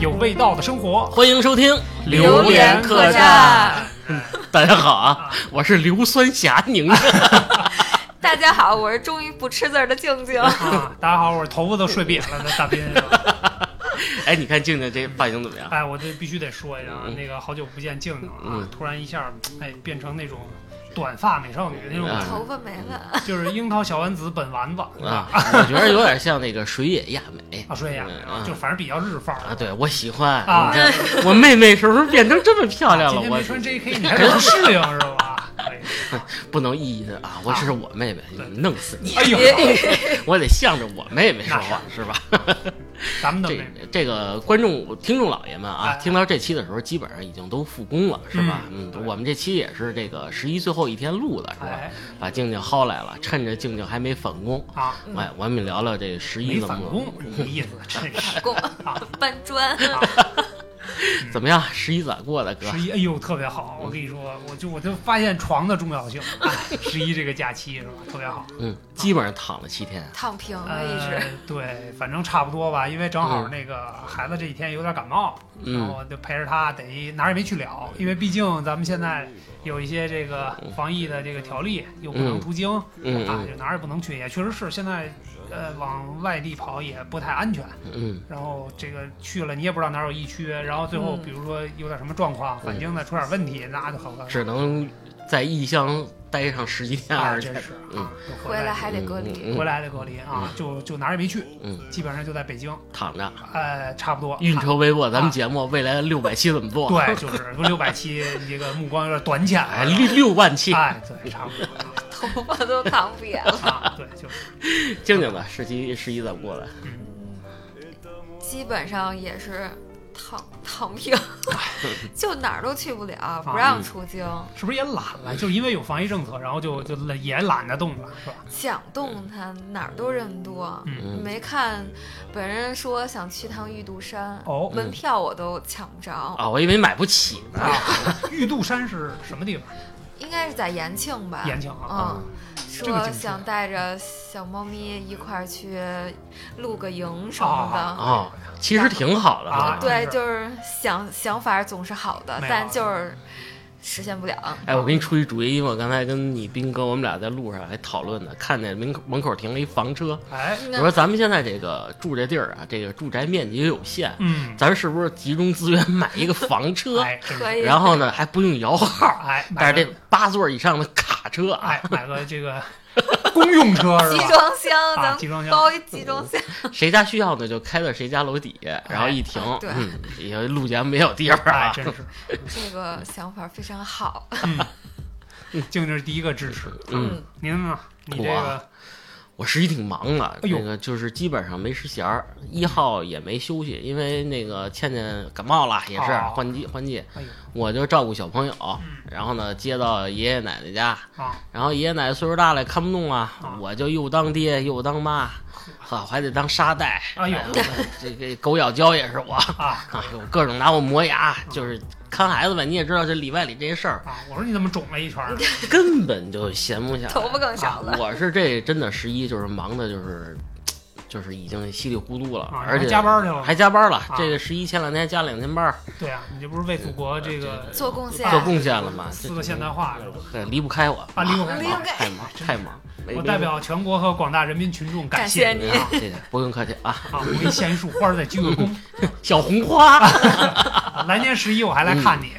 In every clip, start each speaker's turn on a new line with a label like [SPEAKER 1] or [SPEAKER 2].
[SPEAKER 1] 有味道的生活。
[SPEAKER 2] 欢迎收听《
[SPEAKER 1] 榴莲客栈》。
[SPEAKER 2] 大家好啊，我是硫酸侠宁。
[SPEAKER 3] 大家好，我是终于不吃字儿的静静。
[SPEAKER 1] 啊，大家好，我是头发都睡扁了的大 斌。
[SPEAKER 2] 哎，你看静静这发型怎么样？
[SPEAKER 1] 哎，我这必须得说一下啊，
[SPEAKER 2] 嗯
[SPEAKER 1] 那个好久不见静静了啊
[SPEAKER 2] 嗯，
[SPEAKER 1] 突然一下，哎，变成那种短发美少女那种，
[SPEAKER 2] 嗯
[SPEAKER 3] 头发没了，
[SPEAKER 1] 就是樱桃小丸子本丸子
[SPEAKER 2] 啊，我觉得有点像那个水野亚美
[SPEAKER 1] 啊，说一下
[SPEAKER 2] 嗯啊，
[SPEAKER 1] 就反正比较日范
[SPEAKER 2] 啊。
[SPEAKER 1] 儿。
[SPEAKER 2] 对，我喜欢。
[SPEAKER 1] 啊
[SPEAKER 2] 你看，我妹妹什么时候变成这么漂亮
[SPEAKER 1] 今天
[SPEAKER 2] 了？
[SPEAKER 1] 没穿
[SPEAKER 2] 我
[SPEAKER 1] J.K. 你还不适应是吧？ 哎
[SPEAKER 2] 不能意淫啊！我这是我妹妹，
[SPEAKER 1] 对
[SPEAKER 2] 弄死你！
[SPEAKER 1] 哎呦，
[SPEAKER 2] 我得向着我妹妹说话，是吧？
[SPEAKER 1] 咱们的
[SPEAKER 2] 这
[SPEAKER 1] 妹妹
[SPEAKER 2] 这个观众、听众老爷们啊，
[SPEAKER 1] 哎
[SPEAKER 2] 听到这期的时候，基本上已经都复工了，是吧？嗯
[SPEAKER 1] 嗯，对
[SPEAKER 2] 我们这期也是这个十一最后一天录的，是吧
[SPEAKER 1] 哎？
[SPEAKER 2] 把静静薅来了，趁着静静还没返工，
[SPEAKER 1] 啊，
[SPEAKER 2] 哎，我们聊聊这十一
[SPEAKER 1] 没
[SPEAKER 2] 怎
[SPEAKER 1] 反
[SPEAKER 2] 么
[SPEAKER 1] 攻，你的意思真是
[SPEAKER 3] 拱搬砖。
[SPEAKER 1] 啊。
[SPEAKER 2] 怎么样？十一咋过的，哥？
[SPEAKER 1] 十一，哎呦，特别好！
[SPEAKER 2] 嗯
[SPEAKER 1] 我跟你说，我就我就发现床的重要 性。哎十一这个假期是吧，特别好。
[SPEAKER 2] 嗯，基本上躺了七天。
[SPEAKER 3] 躺平了，一
[SPEAKER 1] 呃
[SPEAKER 3] 直。，
[SPEAKER 1] 对，反正差不多吧，因为正好那个孩子这几天有点感冒，
[SPEAKER 2] 嗯
[SPEAKER 1] 然后就陪着他，得哪儿也没去了，因为毕竟咱们现在有一些这个防疫的这个条例，又不能出京、
[SPEAKER 2] 嗯
[SPEAKER 1] 啊，
[SPEAKER 2] 嗯
[SPEAKER 1] 就哪儿也不能去，也确实是现在呃往外地跑也不太安全。
[SPEAKER 2] 嗯
[SPEAKER 1] 然后这个去了你也不知道哪儿有疫区，然后最后
[SPEAKER 3] 嗯
[SPEAKER 1] 比如说有点什么状况，返京的出点问题，那就好办。
[SPEAKER 2] 嗯，只能在异乡待上十几天
[SPEAKER 1] 啊，
[SPEAKER 2] 二十
[SPEAKER 1] 真
[SPEAKER 2] 天。
[SPEAKER 1] 是
[SPEAKER 2] 嗯
[SPEAKER 1] 啊，就
[SPEAKER 3] 回来
[SPEAKER 1] 来
[SPEAKER 3] 还得隔离，
[SPEAKER 2] 嗯
[SPEAKER 1] 回来的隔离啊，就就哪儿也没去，
[SPEAKER 2] 嗯，
[SPEAKER 1] 基本上就在北京，
[SPEAKER 2] 躺着，
[SPEAKER 1] 呃，差不多。
[SPEAKER 2] 运筹帷幄。咱们
[SPEAKER 1] 啊
[SPEAKER 2] 节目未来六百期怎么做？
[SPEAKER 1] 对，就是六百期，你这个目光有点短浅
[SPEAKER 2] 哎，
[SPEAKER 1] 了。
[SPEAKER 2] 六六万期。
[SPEAKER 1] 哎，对，差不多
[SPEAKER 3] 头发都躺扁了。
[SPEAKER 1] 啊，对，就是
[SPEAKER 2] 静静的十七十一怎么过的？
[SPEAKER 3] 基本上也是躺 躺平，就哪儿都去不了，不让出京，
[SPEAKER 1] 是不是也懒了？就是因为有防疫政策，然后就就懒也懒得动了，是吧？
[SPEAKER 2] 哦
[SPEAKER 3] 想动弹哪儿都人多。
[SPEAKER 1] 嗯
[SPEAKER 3] 没看，本人说想去趟玉渡山，
[SPEAKER 1] 哦
[SPEAKER 2] 嗯
[SPEAKER 3] 门票我都抢不着，
[SPEAKER 2] 啊，我以为买不起呢。
[SPEAKER 1] 啊，玉渡山是什么地方？
[SPEAKER 3] 应该是在延庆吧？
[SPEAKER 1] 延庆啊，
[SPEAKER 3] 嗯，
[SPEAKER 1] 这个
[SPEAKER 3] 说
[SPEAKER 1] 景区
[SPEAKER 3] 想带着小猫咪一块儿去露个营什么的。
[SPEAKER 2] 啊，其实挺好的
[SPEAKER 1] 啊
[SPEAKER 3] 对，
[SPEAKER 1] 是啊
[SPEAKER 3] 就是想想法总是好的，
[SPEAKER 1] 美好
[SPEAKER 3] 但
[SPEAKER 1] 的
[SPEAKER 3] 就是实现不了。
[SPEAKER 2] 哎，我给你出一主意，因为我刚才跟你斌哥我们俩在路上还讨论呢，看见门口门口停了一房车，
[SPEAKER 1] 哎，
[SPEAKER 2] 我说咱们现在这个住这地儿啊，这个住宅面积也有限，
[SPEAKER 1] 嗯，
[SPEAKER 2] 咱是不是集中资源 买一个房车，
[SPEAKER 1] 哎，真是
[SPEAKER 3] 可以，
[SPEAKER 2] 然后呢还不用摇号，
[SPEAKER 1] 哎，买
[SPEAKER 2] 但是
[SPEAKER 1] 个
[SPEAKER 2] 这八座以上的卡车啊，
[SPEAKER 1] 哎，买个这 个公用车是
[SPEAKER 3] 集
[SPEAKER 1] 吧？
[SPEAKER 3] 装箱，
[SPEAKER 1] 啊
[SPEAKER 3] 咱
[SPEAKER 1] 集装箱
[SPEAKER 3] 包一集装箱，
[SPEAKER 2] 谁家需要呢就开到谁家楼底下，然后一停，
[SPEAKER 3] 对
[SPEAKER 2] 嗯，以后录节目没有地儿
[SPEAKER 1] 哎
[SPEAKER 2] 啊，，
[SPEAKER 1] 真是，
[SPEAKER 3] 这个想法非常好。
[SPEAKER 1] 静嗯静是第一个支持。
[SPEAKER 2] 嗯。
[SPEAKER 3] 嗯，
[SPEAKER 1] 您呢？你这
[SPEAKER 2] 啊
[SPEAKER 1] 个
[SPEAKER 2] 我十一挺忙的，
[SPEAKER 1] 哎呦
[SPEAKER 2] 那个就是基本上没时闲儿，一号也没休息，因为那个倩倩感冒了，也是
[SPEAKER 1] 哦
[SPEAKER 2] 换季换季
[SPEAKER 1] 哎呦，嗯
[SPEAKER 2] 我就照顾小朋友，然后呢接到爷爷奶奶家，
[SPEAKER 1] 啊，
[SPEAKER 2] 然后爷爷奶奶岁数大了也看不动了
[SPEAKER 1] 啊，
[SPEAKER 2] 我就又当爹又当妈，啊，我还得当沙袋，
[SPEAKER 1] 哎呦
[SPEAKER 2] 这个狗咬胶也是我，
[SPEAKER 1] 啊
[SPEAKER 2] 哎呦，各种拿我磨牙，就是看孩子吧，你也知道这里外里这些 事儿，
[SPEAKER 1] 啊！我说你怎么肿了一圈儿呢？
[SPEAKER 2] 根本就闲不下来，啊
[SPEAKER 3] 头发更小
[SPEAKER 1] 啊
[SPEAKER 3] 了，
[SPEAKER 2] 我是这真的十一就是忙的，就是就是已经稀里糊涂了，
[SPEAKER 1] 啊
[SPEAKER 2] 而且
[SPEAKER 1] 还加班去了
[SPEAKER 2] 还加班了。
[SPEAKER 1] 啊
[SPEAKER 2] 这个十一前两天加两天班儿，
[SPEAKER 1] 对啊，你这不是为祖国这个
[SPEAKER 3] 做贡献，
[SPEAKER 2] 做贡献了嘛？
[SPEAKER 1] 四个现代化是吧？
[SPEAKER 2] 对，离不开我
[SPEAKER 1] 啊离不
[SPEAKER 3] 开
[SPEAKER 2] 啊
[SPEAKER 3] 离不开
[SPEAKER 2] 太忙太忙。没
[SPEAKER 1] 我代表全国和广大人民群众感谢
[SPEAKER 3] 感谢
[SPEAKER 2] 没
[SPEAKER 3] 你
[SPEAKER 1] 啊！
[SPEAKER 2] 谢谢，不用客气啊。
[SPEAKER 1] 啊，我一献一束花儿再鞠个 躬。
[SPEAKER 2] 小红花，
[SPEAKER 1] 啊来年十一我还来看你，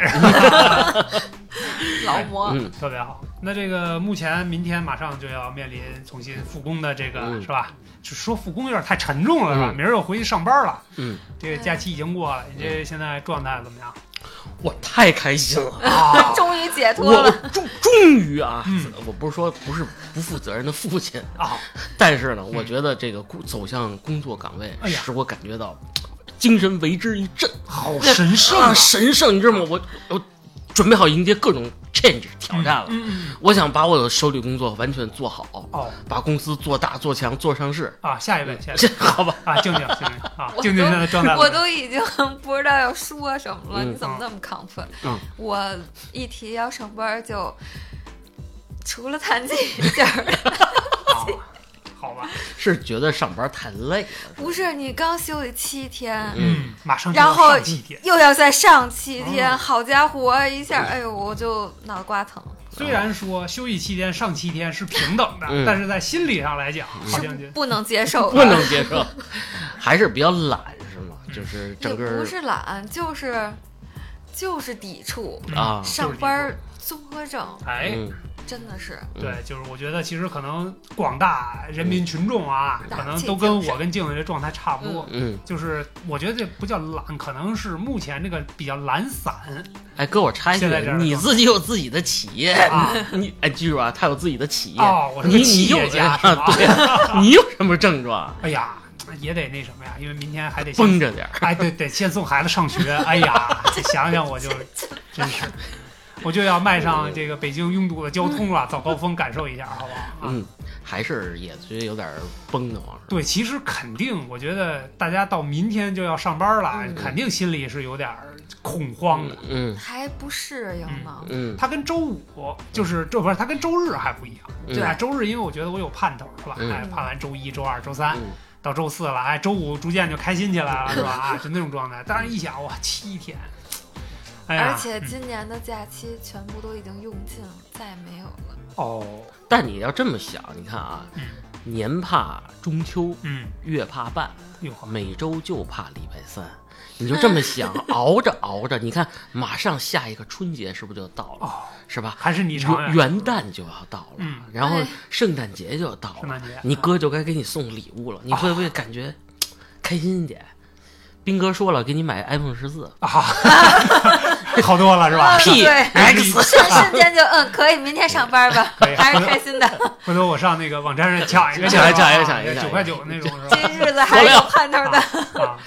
[SPEAKER 3] 劳模，
[SPEAKER 2] 嗯，
[SPEAKER 1] 特别好。那这个目前明天马上就要面临重新复工的这个、
[SPEAKER 2] 嗯
[SPEAKER 1] 是吧？就说复工有点太沉重了是吧？
[SPEAKER 2] 嗯
[SPEAKER 1] 明儿又回去上班了，
[SPEAKER 2] 嗯，
[SPEAKER 1] 这个假期已经过了，你这现在状态怎么样？
[SPEAKER 2] 我太开心了。
[SPEAKER 1] 啊
[SPEAKER 3] 终于解脱
[SPEAKER 2] 我
[SPEAKER 3] 了。
[SPEAKER 2] 终终于啊
[SPEAKER 1] 嗯，
[SPEAKER 2] 我不是说不是不负责任的父亲，
[SPEAKER 1] 啊！
[SPEAKER 2] 但是呢，我觉得这个工走向工作岗位，
[SPEAKER 1] 嗯哎呀
[SPEAKER 2] 使我感觉到精神为之一振。
[SPEAKER 1] 好神圣
[SPEAKER 2] 啊，
[SPEAKER 1] 啊！
[SPEAKER 2] 神圣，你知道吗？我我准备好迎接各种 change 挑战了。
[SPEAKER 1] 嗯嗯
[SPEAKER 2] 我想把我的手里工作完全做好，
[SPEAKER 1] 哦
[SPEAKER 2] 把公司做大、做强、做上市。
[SPEAKER 1] 啊，下一位，下一
[SPEAKER 2] 这
[SPEAKER 1] 位
[SPEAKER 2] 好吧？
[SPEAKER 1] 啊，静静，静静啊，
[SPEAKER 3] 我
[SPEAKER 1] 静静现在状态怎么
[SPEAKER 3] 我
[SPEAKER 1] 样
[SPEAKER 3] 都已经不知道要说什么了，
[SPEAKER 2] 嗯
[SPEAKER 3] 你怎么那么亢奋？
[SPEAKER 2] 嗯
[SPEAKER 3] 我一提要上班就除了叹气一下，
[SPEAKER 1] 啊好吧？
[SPEAKER 2] 是觉得上班太 累了，
[SPEAKER 3] 不是你刚休息七天，
[SPEAKER 1] 嗯，马上就
[SPEAKER 3] 然
[SPEAKER 1] 要
[SPEAKER 3] 后
[SPEAKER 1] 上祭天。
[SPEAKER 3] 又要再上
[SPEAKER 2] 哦
[SPEAKER 3] 七天，
[SPEAKER 1] 嗯
[SPEAKER 3] 好家伙，一下，哎呦，我就脑瓜疼。
[SPEAKER 1] 虽然说休息七天、上七天是平等的，
[SPEAKER 2] 嗯
[SPEAKER 1] 但是在心理上来讲，好像就是
[SPEAKER 3] 不能接受的，
[SPEAKER 2] 不能接受，还是比较懒是吗？
[SPEAKER 1] 嗯
[SPEAKER 2] 就是
[SPEAKER 3] 也
[SPEAKER 2] 整个
[SPEAKER 3] 不是懒，就是就是抵触。
[SPEAKER 2] 啊，
[SPEAKER 3] 上班儿综合症
[SPEAKER 1] 嗯哎，
[SPEAKER 2] 嗯
[SPEAKER 3] 真的是，
[SPEAKER 2] 嗯
[SPEAKER 1] 对，就是我觉得其实可能广大人民群众啊，
[SPEAKER 3] 嗯
[SPEAKER 1] 可能都跟我跟静静这状态差不多。
[SPEAKER 2] 嗯，
[SPEAKER 1] 就是我觉得这不叫懒，可能是目前这个比较懒散
[SPEAKER 2] 哎，哥，我插一句
[SPEAKER 1] 现在这，样
[SPEAKER 2] 你
[SPEAKER 1] 说
[SPEAKER 2] 自己有自己的企业，
[SPEAKER 1] 啊。
[SPEAKER 2] 你哎，记住啊，他有自己的企业，
[SPEAKER 1] 哦，我是
[SPEAKER 2] 你
[SPEAKER 1] 个
[SPEAKER 2] 你
[SPEAKER 1] 企
[SPEAKER 2] 有
[SPEAKER 1] 业家
[SPEAKER 2] 啊
[SPEAKER 1] 是吧？
[SPEAKER 2] 对你有什么症状？
[SPEAKER 1] 哎呀，也得那什么呀，因为明天还得先
[SPEAKER 2] 绷着点儿，
[SPEAKER 1] 哎，对对，先送孩子上学。哎呀，想想我 就真是，我就要迈上这个北京拥堵的交通了，早高峰感受一下，好不好？啊，
[SPEAKER 2] 嗯，还是也觉得有点儿绷得慌。是吧
[SPEAKER 1] 对，其实肯定，我觉得大家到明天就要上班了，
[SPEAKER 3] 嗯
[SPEAKER 1] 肯定心里是有点儿恐慌的。
[SPEAKER 2] 嗯
[SPEAKER 3] 还不适应呢。
[SPEAKER 2] 嗯
[SPEAKER 1] 它跟周五就是这不是它跟周日还不一样，
[SPEAKER 2] 嗯
[SPEAKER 1] 哎，周日因为我觉得我有盼头，是吧？
[SPEAKER 2] 嗯
[SPEAKER 1] 哎，盼完周一周二周三
[SPEAKER 2] 嗯，
[SPEAKER 1] 到周四了，哎，周五逐渐就开心起来了，是吧？啊，就那种状态。但是一想，哇，七天，哎呀，
[SPEAKER 3] 而且
[SPEAKER 1] 嗯
[SPEAKER 3] 今年的假期全部都已经用尽了，再也没有 了。
[SPEAKER 1] 哦，
[SPEAKER 2] 但你要这么想，你看啊，
[SPEAKER 1] 嗯
[SPEAKER 2] 年怕中秋，
[SPEAKER 1] 嗯，
[SPEAKER 2] 月怕半，
[SPEAKER 1] 哟呵，
[SPEAKER 2] 每周就怕礼拜三。你就这么 想，熬着熬着，你看，马上下一个春节是不是就到了？
[SPEAKER 1] 哦，
[SPEAKER 2] 是吧？
[SPEAKER 1] 还是你长
[SPEAKER 2] 元
[SPEAKER 1] 远，
[SPEAKER 2] 元旦就要到了，
[SPEAKER 1] 嗯
[SPEAKER 2] 然后
[SPEAKER 3] 哎
[SPEAKER 2] 圣诞节就要到
[SPEAKER 1] 圣
[SPEAKER 2] 了，
[SPEAKER 1] 诞节，啊
[SPEAKER 2] 你哥就该给你送礼物了。你会不会感觉、开心一点？斌哥说了，给你买 iPhone 十四
[SPEAKER 1] 啊， 好多了是
[SPEAKER 3] 嗯
[SPEAKER 1] 吧？
[SPEAKER 2] ，P
[SPEAKER 3] 对
[SPEAKER 2] X
[SPEAKER 3] 瞬瞬间就嗯，可以，明天上班吧
[SPEAKER 1] 啊 可以，啊
[SPEAKER 3] 还是开心的。
[SPEAKER 1] 回头我上那个网站上抢一个去，
[SPEAKER 2] 抢一抢一
[SPEAKER 1] 一
[SPEAKER 2] 个抢一个
[SPEAKER 1] 九块九那种是
[SPEAKER 3] 这
[SPEAKER 1] 吧？
[SPEAKER 3] 日子还是有盼头的。
[SPEAKER 1] 啊，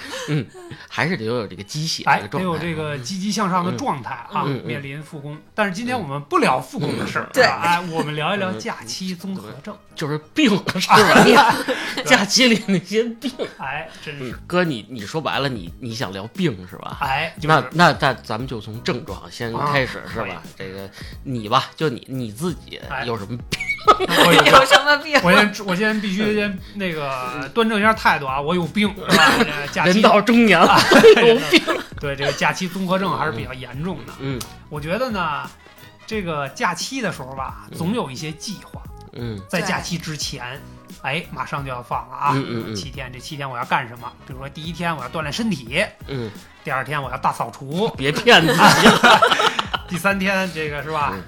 [SPEAKER 2] 还是得有这个鸡血
[SPEAKER 1] 哎
[SPEAKER 2] 的，
[SPEAKER 1] 得
[SPEAKER 2] 状态。嗯
[SPEAKER 1] 有这个积极向上的状态啊
[SPEAKER 2] 嗯嗯，嗯
[SPEAKER 1] 面临复工。但是今天我们不聊复工的事儿，
[SPEAKER 3] 对
[SPEAKER 1] 哎，我们聊一
[SPEAKER 2] 嗯
[SPEAKER 1] 聊假期综合症。
[SPEAKER 2] 就是病是
[SPEAKER 1] 啊
[SPEAKER 2] 吧？ 假期里那些病，嗯
[SPEAKER 1] 哎，真是，
[SPEAKER 2] 哥，你你说白了，你你想聊病是吧？
[SPEAKER 1] 哎，就
[SPEAKER 2] 那
[SPEAKER 1] 是
[SPEAKER 2] 那那咱们就从症状先
[SPEAKER 1] 啊
[SPEAKER 2] 开始是
[SPEAKER 1] 可以
[SPEAKER 2] 吧？这个你吧，就你你自己
[SPEAKER 1] 哎
[SPEAKER 2] 有什么病？
[SPEAKER 1] 我 有
[SPEAKER 3] 有什么病？
[SPEAKER 1] 我啊先我先必须先那个端正一下态度啊，我有病是吧？这个假期
[SPEAKER 2] 嗯
[SPEAKER 1] 啊
[SPEAKER 2] 人到中年了，有病。
[SPEAKER 1] 对这个假期综合症还是比较严重的。
[SPEAKER 2] 嗯
[SPEAKER 1] 我觉得呢，这个假期的时候吧，总有一些计划，
[SPEAKER 2] 嗯
[SPEAKER 1] 在假期之前，哎，马上就要放了啊，
[SPEAKER 2] 嗯嗯嗯
[SPEAKER 1] 七天，这七天我要干什么？比如说第一天我要锻炼身体，
[SPEAKER 2] 嗯，
[SPEAKER 1] 第二天我要大扫除
[SPEAKER 2] ，别骗自
[SPEAKER 1] 啊
[SPEAKER 2] 己了。
[SPEAKER 1] 第三天这个是吧
[SPEAKER 2] 嗯，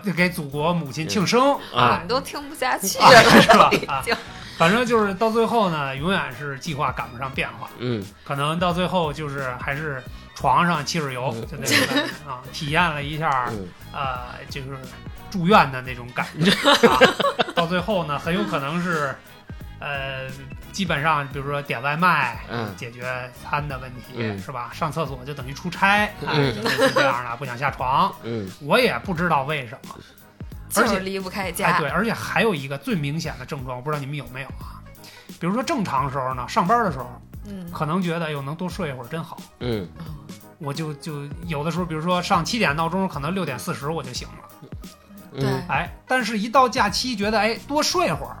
[SPEAKER 1] 这个给祖国母亲庆 生
[SPEAKER 2] 嗯啊
[SPEAKER 3] 你都听不下去
[SPEAKER 1] 啊，
[SPEAKER 3] 了。
[SPEAKER 1] 是吧？啊
[SPEAKER 3] 经，
[SPEAKER 1] 反正就是到最后呢，永远是计划赶不上变化，
[SPEAKER 2] 嗯，
[SPEAKER 1] 可能到最后就是还是床上汽水油，就那种感觉啊，体验了一下。
[SPEAKER 2] 嗯
[SPEAKER 1] 呃，就是住院的那种感觉、啊。到最后呢，很有可能是，呃，基本上比如说点外卖，
[SPEAKER 2] 嗯
[SPEAKER 1] 解决餐的问题、
[SPEAKER 2] 嗯
[SPEAKER 1] 是吧？上厕所就等于出差，哎、
[SPEAKER 2] 嗯
[SPEAKER 1] 就类似这样的，不想下床。
[SPEAKER 2] 嗯
[SPEAKER 1] 我也不知道为什么，
[SPEAKER 3] 就
[SPEAKER 1] 而
[SPEAKER 3] 是
[SPEAKER 1] 且
[SPEAKER 3] 离不开
[SPEAKER 1] 哎，
[SPEAKER 3] 家
[SPEAKER 1] 对，，而且还有一个最明显的症状，我不知道你们有没有啊？比如说正常时候呢，上班的时候，
[SPEAKER 3] 嗯，
[SPEAKER 1] 可能觉得哎哟能多睡一会儿真好。
[SPEAKER 2] 嗯
[SPEAKER 1] 我就就有的时候，比如说上七点闹钟，可能六点四十我就醒了。
[SPEAKER 3] 对
[SPEAKER 2] 嗯，
[SPEAKER 1] 哎，但是一到假期，觉得哎多睡会儿，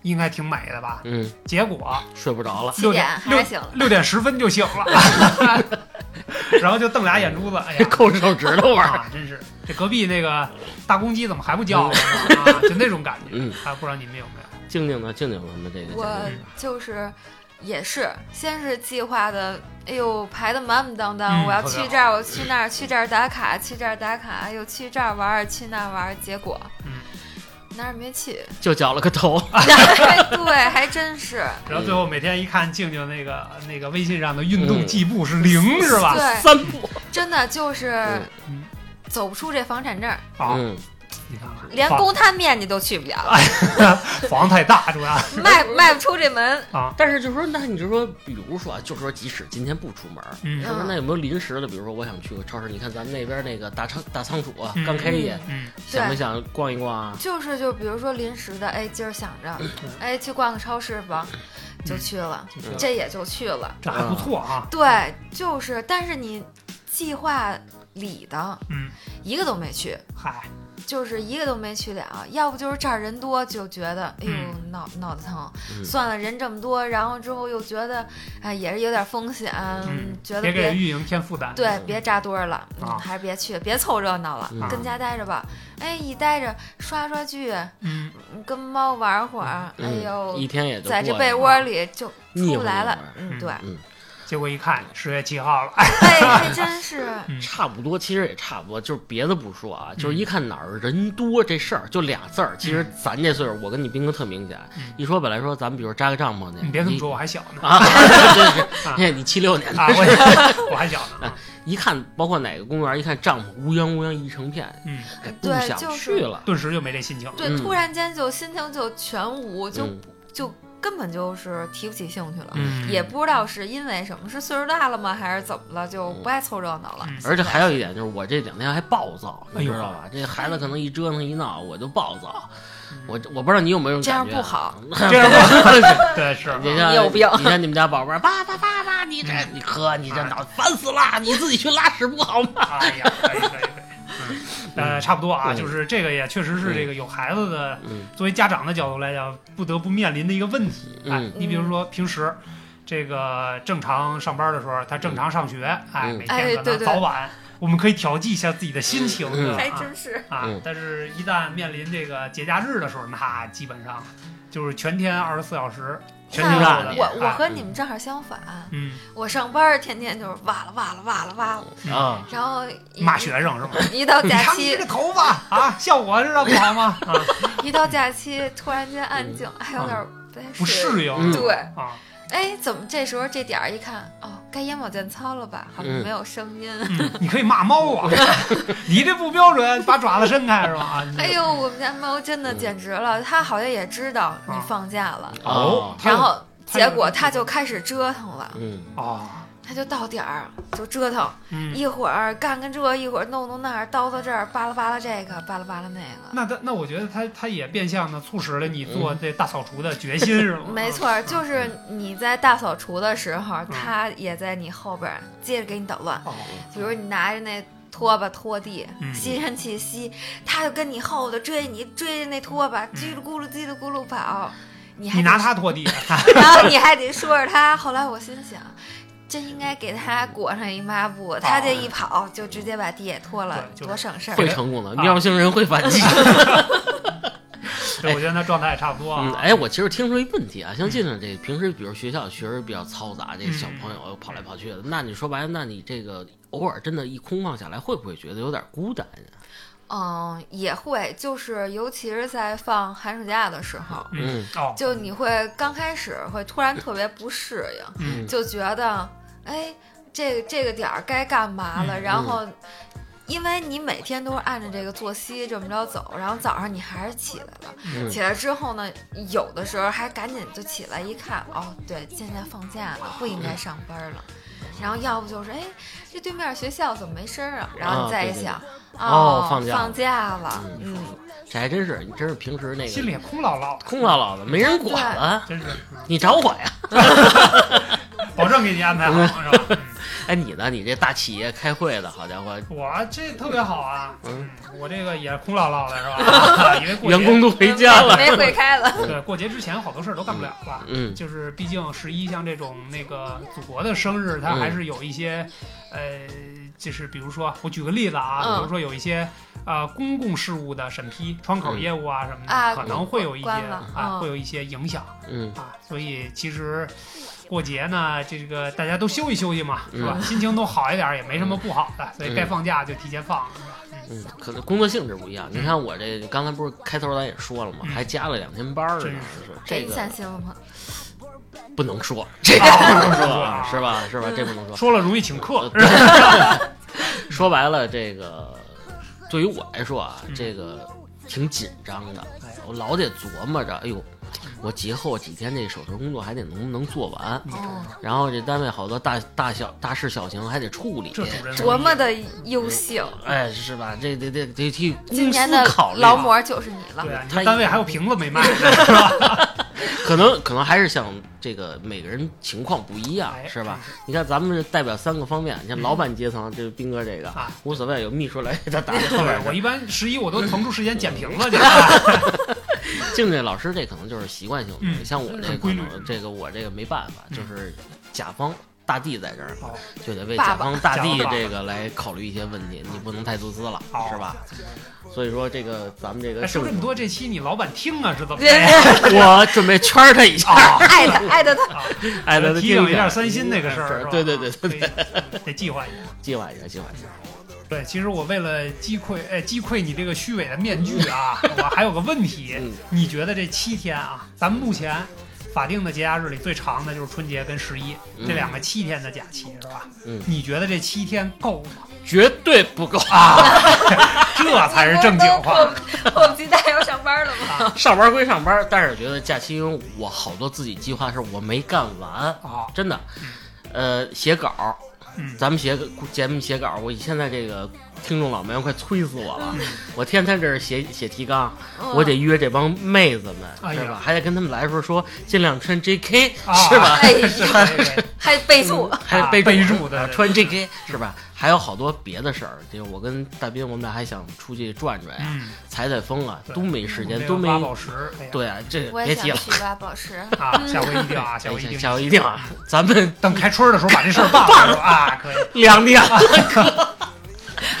[SPEAKER 1] 应该挺美的吧？
[SPEAKER 2] 嗯，
[SPEAKER 1] 结果
[SPEAKER 2] 睡 不着了。
[SPEAKER 3] 七
[SPEAKER 1] 六
[SPEAKER 3] 点
[SPEAKER 1] 点
[SPEAKER 3] 还醒了，
[SPEAKER 1] 六点十分就醒了， 然后就瞪俩眼珠子， 哎呀，
[SPEAKER 2] 抠手指头玩儿。
[SPEAKER 1] 啊，真是这隔壁那个大公鸡怎么还不 叫我呢？啊，就那种感觉。
[SPEAKER 2] 嗯，
[SPEAKER 1] 还不知道你们有没有？
[SPEAKER 2] 静静呢？静静咱们这个
[SPEAKER 3] 我就是也是，先是计划的，哎呦排的满满当当，
[SPEAKER 1] 嗯
[SPEAKER 3] 我要
[SPEAKER 1] 特别
[SPEAKER 3] 去这儿，我去那儿，去这儿打卡，去这儿打卡，又去这儿玩儿，去那儿玩儿，结果
[SPEAKER 1] 嗯
[SPEAKER 3] 哪儿也没去。
[SPEAKER 2] 就绞了个头。
[SPEAKER 3] 对，还真是，
[SPEAKER 1] 然后最后每天一看静静那个那个微信上的运动计步是零，是吧？
[SPEAKER 3] 嗯对，
[SPEAKER 2] 三步。
[SPEAKER 3] 真的就是
[SPEAKER 1] 嗯
[SPEAKER 3] 走不出这房产证儿，
[SPEAKER 1] 啊，
[SPEAKER 2] 嗯，
[SPEAKER 1] 你看看，
[SPEAKER 3] 连
[SPEAKER 1] 房
[SPEAKER 3] 公摊面积都去不
[SPEAKER 2] 哎
[SPEAKER 3] 了，
[SPEAKER 1] 房太大，主要
[SPEAKER 3] 迈迈不出这 门。
[SPEAKER 1] 啊，
[SPEAKER 2] 但是就说，那你就说，比如说，啊，就说即使今天不出门儿，
[SPEAKER 1] 嗯
[SPEAKER 2] 是不是？那有没有临时的？比如说，我想去个超市，你看咱们那边那个大仓大仓储啊
[SPEAKER 1] 嗯，
[SPEAKER 2] 刚开业，
[SPEAKER 1] 嗯，
[SPEAKER 2] 想不想逛一逛啊？
[SPEAKER 3] 就是就比如说临时的，哎，今儿想 着，哎，去逛个超市吧，就去了，
[SPEAKER 1] 就
[SPEAKER 2] 嗯
[SPEAKER 1] 这
[SPEAKER 3] 这也就去了。
[SPEAKER 1] 这还不错啊，
[SPEAKER 3] 对，就是，但是你计划里的
[SPEAKER 1] 嗯，
[SPEAKER 3] 一个都没去，
[SPEAKER 1] 嗨，
[SPEAKER 3] 就是一个都没去了，要不就是这儿人多，就觉得哎呦
[SPEAKER 1] 嗯
[SPEAKER 3] 脑脑子疼，
[SPEAKER 2] 嗯
[SPEAKER 3] 算了人这么多，然后之后又觉得哎也是有点风险，
[SPEAKER 1] 嗯，
[SPEAKER 3] 觉得
[SPEAKER 1] 别给
[SPEAKER 3] 别
[SPEAKER 1] 运营添负担。
[SPEAKER 3] 对别扎堆儿了，嗯
[SPEAKER 1] 啊
[SPEAKER 3] 还是别去，别凑热闹了，
[SPEAKER 2] 嗯
[SPEAKER 3] 跟家待着吧。哎，一待着刷刷剧，
[SPEAKER 1] 嗯，
[SPEAKER 3] 跟猫玩会儿，哎
[SPEAKER 2] 嗯
[SPEAKER 3] 呦，
[SPEAKER 2] 一天也就
[SPEAKER 3] 在
[SPEAKER 2] 过
[SPEAKER 3] 这
[SPEAKER 2] 去
[SPEAKER 3] 被
[SPEAKER 2] 了
[SPEAKER 3] 窝里就出
[SPEAKER 2] 腻
[SPEAKER 3] 不
[SPEAKER 2] 乎啊
[SPEAKER 3] 来
[SPEAKER 2] 一
[SPEAKER 3] 了
[SPEAKER 2] 会儿。
[SPEAKER 3] 嗯，
[SPEAKER 1] 嗯
[SPEAKER 3] 对，
[SPEAKER 1] 结果一看十月七号
[SPEAKER 2] 嗯
[SPEAKER 1] 了，哎，
[SPEAKER 3] 哎，还真是，
[SPEAKER 2] 差不多，其实也差不多，就是别的不说
[SPEAKER 3] 嗯
[SPEAKER 2] 啊，就是一看哪儿人多这事儿，就俩字儿。其实咱这岁数，我跟你斌哥特明显
[SPEAKER 1] 嗯。
[SPEAKER 2] 一说本来说咱们比如扎个帐篷去，
[SPEAKER 1] 你哎别这么说，我还小呢。
[SPEAKER 2] 啊，
[SPEAKER 1] 啊
[SPEAKER 2] 对对，你七六年的
[SPEAKER 1] 啊，，我 我还小呢。
[SPEAKER 2] 一看包括哪个公园，一看帐篷乌泱乌泱一成片，
[SPEAKER 1] 嗯，
[SPEAKER 2] 哎不
[SPEAKER 3] 对
[SPEAKER 2] 想
[SPEAKER 3] 就是
[SPEAKER 2] 去了。
[SPEAKER 1] 顿时就没这心情了。
[SPEAKER 3] 对，
[SPEAKER 2] 嗯
[SPEAKER 3] 突然间就心情就全无，就
[SPEAKER 2] 嗯
[SPEAKER 3] 就根本就是提不起兴趣了。
[SPEAKER 1] 嗯，
[SPEAKER 3] 也不知道是因为什么，是岁数大了吗，还是怎么了，就不爱凑热闹了
[SPEAKER 1] 嗯。
[SPEAKER 2] 而且还有一点就是，我这两天还暴躁，
[SPEAKER 1] 哎
[SPEAKER 2] 你
[SPEAKER 1] 呦
[SPEAKER 2] 知道吧？这孩子可能一折腾一闹，我就暴躁。我我不知道你有没有
[SPEAKER 3] 嗯
[SPEAKER 1] 嗯
[SPEAKER 3] 这
[SPEAKER 2] 种
[SPEAKER 3] 样
[SPEAKER 2] 感觉
[SPEAKER 3] 不
[SPEAKER 2] 啊，
[SPEAKER 3] 好，
[SPEAKER 1] 这样吧， 对是。
[SPEAKER 2] 你像
[SPEAKER 3] 你有病
[SPEAKER 2] 你像你们家宝贝儿，爸爸爸爸，你这你喝，你这脑烦死了，你自己去拉屎不好吗？
[SPEAKER 1] 哎呀，可以可以可以。嗯，呃，差不多啊，
[SPEAKER 2] 嗯
[SPEAKER 1] 就是这个也确实是这个有孩子的，
[SPEAKER 2] 嗯
[SPEAKER 1] 作为家长的角度来讲，不得不面临的一个问题。哎
[SPEAKER 2] 嗯，
[SPEAKER 1] 你比如说平时这个正常上班的时候，他正常上学，哎，
[SPEAKER 2] 嗯
[SPEAKER 1] 每
[SPEAKER 3] 哎
[SPEAKER 1] 天可
[SPEAKER 3] 对
[SPEAKER 1] 能
[SPEAKER 3] 对哎
[SPEAKER 1] 早晚我们可以调剂一下自己的心情，
[SPEAKER 2] 嗯
[SPEAKER 1] 对吧
[SPEAKER 2] 嗯
[SPEAKER 3] 还
[SPEAKER 1] 啊
[SPEAKER 3] 真是。
[SPEAKER 1] 啊
[SPEAKER 2] 嗯，
[SPEAKER 1] 但是一旦面临这个节假日的时候，那基本上就是全天二十四小时全
[SPEAKER 2] 天
[SPEAKER 1] 天候
[SPEAKER 2] 天干
[SPEAKER 1] 的。
[SPEAKER 2] 你
[SPEAKER 3] 啊我我
[SPEAKER 1] 哎
[SPEAKER 3] 和你们正好相反，
[SPEAKER 1] 嗯
[SPEAKER 3] 我上班儿天天就是哇了哇了哇了哇了，
[SPEAKER 2] 啊，
[SPEAKER 3] 然后一
[SPEAKER 1] 骂学生是吗？
[SPEAKER 3] 一到
[SPEAKER 1] 嗯 你
[SPEAKER 3] 假
[SPEAKER 1] 看你
[SPEAKER 3] 期
[SPEAKER 1] 这，头发啊，像我似的不好 吗？啊，
[SPEAKER 3] 一到假期突然间安静，还有点儿不太
[SPEAKER 1] 不适应。
[SPEAKER 2] 嗯
[SPEAKER 3] 对，
[SPEAKER 1] 啊，
[SPEAKER 3] 哎，怎么这时候这点儿一看，哦，该眼保健操了吧？好像
[SPEAKER 2] 嗯
[SPEAKER 3] 没有声音。
[SPEAKER 1] 嗯你可以骂猫 啊，你这不标准，把爪子伸开是吧？啊，你
[SPEAKER 3] 哎呦，我们家猫真的
[SPEAKER 2] 嗯
[SPEAKER 3] 简直了，它好像也知道你
[SPEAKER 1] 啊
[SPEAKER 3] 放假了，
[SPEAKER 1] 哦，
[SPEAKER 3] 然后
[SPEAKER 1] 它有
[SPEAKER 3] 结果它就开始折腾了，
[SPEAKER 2] 嗯，
[SPEAKER 1] 啊，
[SPEAKER 3] 它就到点儿就折腾，
[SPEAKER 1] 嗯，
[SPEAKER 3] 一会儿干干这，一会儿弄弄那儿，叨叨这儿，扒拉扒拉这个，扒拉扒拉那个。
[SPEAKER 1] 那他那我觉得他他也变相的促使了你
[SPEAKER 2] 嗯
[SPEAKER 1] 做这大扫除的决心是吗？
[SPEAKER 3] 没错儿，就是
[SPEAKER 1] 嗯
[SPEAKER 3] 你在大扫除的时候，它也在你后边儿接着给你捣乱。
[SPEAKER 1] 哦，
[SPEAKER 3] 比如你拿着那拖把拖地，
[SPEAKER 1] 嗯
[SPEAKER 3] 吸尘器吸，它就跟你后头追你，追着那拖把叽里咕噜叽里咕噜跑，你还
[SPEAKER 1] 嗯你
[SPEAKER 3] 得
[SPEAKER 1] 拿它拖地，
[SPEAKER 3] 然后你还得说着它。后来我心想，真应该给它裹上一抹布，它这一跑就直接把地也拖了，
[SPEAKER 1] 啊对就是
[SPEAKER 3] 多省事儿。
[SPEAKER 2] 会成功的，
[SPEAKER 1] 啊
[SPEAKER 2] 喵星人会反击。
[SPEAKER 1] 对，我觉得他状态也差不多
[SPEAKER 2] 嗯，
[SPEAKER 1] 啊。
[SPEAKER 2] 哎，我其实听说一问题啊，像近近这平时，比如学校确实比较嘈杂，这小朋友跑来跑去的，那你说白了，那你这个偶尔真的一空放下来，会不会觉得有点孤单呀？
[SPEAKER 3] 嗯，也会，就是尤其是在放寒暑假的时候，
[SPEAKER 1] 嗯，哦，
[SPEAKER 3] 就你会刚开始会突然特别不适应。
[SPEAKER 1] 嗯
[SPEAKER 3] 就觉得，哎，这个这个点儿该干嘛了，
[SPEAKER 1] 嗯
[SPEAKER 3] 然后。因为你每天都是按着这个作息这么着走，然后早上你还是起来了，
[SPEAKER 2] 嗯
[SPEAKER 3] 起来之后呢，有的时候还赶紧就起来一看，哦，对，现在放假了，不应
[SPEAKER 2] 嗯
[SPEAKER 3] 该上班了。然后要不就是，哎，这对面学校怎么没声儿啊？然后你再一想，
[SPEAKER 2] 哦放假了
[SPEAKER 3] 放假了，
[SPEAKER 2] 嗯
[SPEAKER 3] 嗯，
[SPEAKER 2] 这还真是，你真是平时那
[SPEAKER 1] 心里
[SPEAKER 2] 个
[SPEAKER 1] 也空落落的，
[SPEAKER 2] 空落落的，没人管了，
[SPEAKER 1] 真是，
[SPEAKER 2] 你找我呀？
[SPEAKER 1] 保证给你安排好，是吧？嗯
[SPEAKER 2] 哎，你呢？你这大企业开会的，好家伙，
[SPEAKER 1] 我这特别好啊，
[SPEAKER 2] 嗯，
[SPEAKER 1] 我这个也空落落的是吧？ 因为过节
[SPEAKER 2] 员工都回家了。
[SPEAKER 3] 没会开了，
[SPEAKER 1] 对过节之前好多事儿都干不了了，
[SPEAKER 2] 嗯
[SPEAKER 1] 就是毕竟十一像这种那个祖国的生日，它还是有一些，呃，就是比如说我举个例子啊，
[SPEAKER 3] 嗯
[SPEAKER 1] 比如说有一些呃公共事务的审批、窗口业务啊什么的，
[SPEAKER 3] 嗯啊
[SPEAKER 1] 可能会有一些
[SPEAKER 3] 关了
[SPEAKER 1] 啊、
[SPEAKER 3] 嗯
[SPEAKER 1] 会有一些影响
[SPEAKER 2] 嗯
[SPEAKER 1] 啊，所以其实。过节呢，这个大家都休息休息嘛，是吧？
[SPEAKER 2] 嗯
[SPEAKER 1] 心情都好一点，也没什么不好的，所以该放假就提前放，是吧？
[SPEAKER 2] 嗯，可能工作性质不一样。你看我这刚才不是开头咱也说了吗？
[SPEAKER 1] 嗯
[SPEAKER 2] 还加了两天班儿
[SPEAKER 1] 真
[SPEAKER 2] 呢，是 这
[SPEAKER 3] 给你
[SPEAKER 2] 个
[SPEAKER 3] 散心了吗？
[SPEAKER 2] 不 能说，这个
[SPEAKER 1] 啊
[SPEAKER 2] 不能
[SPEAKER 1] 不能说啊
[SPEAKER 2] 说，是吧？是吧？哦这不能说。
[SPEAKER 1] 说了容易请客，是吧
[SPEAKER 3] 嗯
[SPEAKER 2] 说白了，这个对于我来说啊
[SPEAKER 1] 嗯，
[SPEAKER 2] 这个挺紧张的
[SPEAKER 1] 哎，
[SPEAKER 2] 我老得琢磨着，哎呦，我节后几天这手头工作还得能不能做完，
[SPEAKER 1] 嗯
[SPEAKER 3] 哦，
[SPEAKER 2] 然后这单位好多大大小大事小情还得处理。
[SPEAKER 1] 这主人
[SPEAKER 3] 多么的优秀，
[SPEAKER 2] 哎，是吧？这得得得替
[SPEAKER 3] 今
[SPEAKER 2] 公司
[SPEAKER 3] 年的
[SPEAKER 2] 嗯考虑。啊
[SPEAKER 3] 劳模就是你了。
[SPEAKER 1] 对啊，你
[SPEAKER 2] 他
[SPEAKER 1] 单位还有瓶子没卖，
[SPEAKER 2] 可能可能还是像这个每个人情况不一样
[SPEAKER 1] 哎，
[SPEAKER 2] 是吧？你看咱们是代表三个方面，你看老板阶层，就是斌哥这个
[SPEAKER 1] 啊
[SPEAKER 2] 无所谓，有秘书来给他打在后
[SPEAKER 1] 对
[SPEAKER 2] 边，
[SPEAKER 1] 我
[SPEAKER 2] 去。
[SPEAKER 1] 一般十一我都腾出时间捡瓶子 去，啊
[SPEAKER 2] 静静老师这可能就是习惯性的东西，
[SPEAKER 1] 嗯
[SPEAKER 2] 像我这
[SPEAKER 1] 很
[SPEAKER 2] 个可
[SPEAKER 1] 规律
[SPEAKER 2] 能这个我这个没办法，
[SPEAKER 1] 嗯
[SPEAKER 2] 就是甲方。大帝在这儿
[SPEAKER 1] 好
[SPEAKER 2] 就得为
[SPEAKER 3] 爸
[SPEAKER 2] 甲
[SPEAKER 3] 爸
[SPEAKER 2] 方大帝
[SPEAKER 1] 甲方爸爸
[SPEAKER 2] 这个来考虑一些问题，你不能太自私了，
[SPEAKER 1] 好
[SPEAKER 2] 是吧？所以说这个咱们这
[SPEAKER 1] 哦哎
[SPEAKER 2] 个
[SPEAKER 1] 说
[SPEAKER 2] 政
[SPEAKER 1] 这么多，这期你老板听啊是怎么着？
[SPEAKER 2] 哎 我准备圈儿他一下，
[SPEAKER 1] 啊，
[SPEAKER 3] 艾特艾特他，
[SPEAKER 2] 哎，咱
[SPEAKER 1] 提醒一下三星那个事儿，是吧
[SPEAKER 2] 嗯对对对对，对，
[SPEAKER 1] 对，得计划一下。
[SPEAKER 2] 计划一下，计划一下。
[SPEAKER 1] 对，其实我为了击溃，哎，击溃你这个虚伪的面具啊， 我还有个问题
[SPEAKER 2] 嗯，
[SPEAKER 1] 你觉得这七天啊，咱们目前法定的节假日里最长的就是春节跟十一
[SPEAKER 2] 嗯
[SPEAKER 1] 这两个七天的假期，是吧？
[SPEAKER 2] 嗯
[SPEAKER 1] 你觉得这七天够吗？
[SPEAKER 2] 绝对不够啊！
[SPEAKER 1] 啊， 这才是正经 话。
[SPEAKER 3] 我们今天还要上班了吗？
[SPEAKER 2] 上班归上班，但是觉得假期，因为我好多自己计划的事儿我没干完，
[SPEAKER 1] 啊，
[SPEAKER 2] 真的。呃，写稿，
[SPEAKER 1] 嗯，
[SPEAKER 2] 咱们写个节目写稿，我现在这个听众老妹们快催死我
[SPEAKER 1] 嗯
[SPEAKER 2] 了，我天天这是写写提纲，
[SPEAKER 3] 嗯
[SPEAKER 2] 我得约这帮妹子
[SPEAKER 1] 哎
[SPEAKER 2] 们，
[SPEAKER 1] 呀
[SPEAKER 2] 是吧？还得跟他们来的时候说尽量穿 JK，
[SPEAKER 1] 啊
[SPEAKER 2] 是吧？嗯
[SPEAKER 3] 哎呀
[SPEAKER 1] 是吧？对对
[SPEAKER 3] 还备注，
[SPEAKER 2] 还
[SPEAKER 1] 啊
[SPEAKER 2] 备
[SPEAKER 1] 备注对
[SPEAKER 2] 啊
[SPEAKER 1] 对
[SPEAKER 2] 穿 JK 是吧？还有好多别的事儿，就我跟大斌，我们俩还想出去转转呀、
[SPEAKER 1] 嗯，
[SPEAKER 2] 采采风啊，
[SPEAKER 1] 对嗯
[SPEAKER 2] 都没 时间，都没
[SPEAKER 1] 挖宝石，哎呀
[SPEAKER 2] 对啊，这
[SPEAKER 3] 我
[SPEAKER 2] 个
[SPEAKER 3] 也
[SPEAKER 2] 别
[SPEAKER 3] 想
[SPEAKER 2] 提了，
[SPEAKER 3] 去挖宝 石。
[SPEAKER 1] 啊，下回一定 啊，下回一定，
[SPEAKER 2] 下回一 定啊，咱们
[SPEAKER 1] 等开春儿的时候把这事儿 办了啊，可以。
[SPEAKER 2] 两地啊，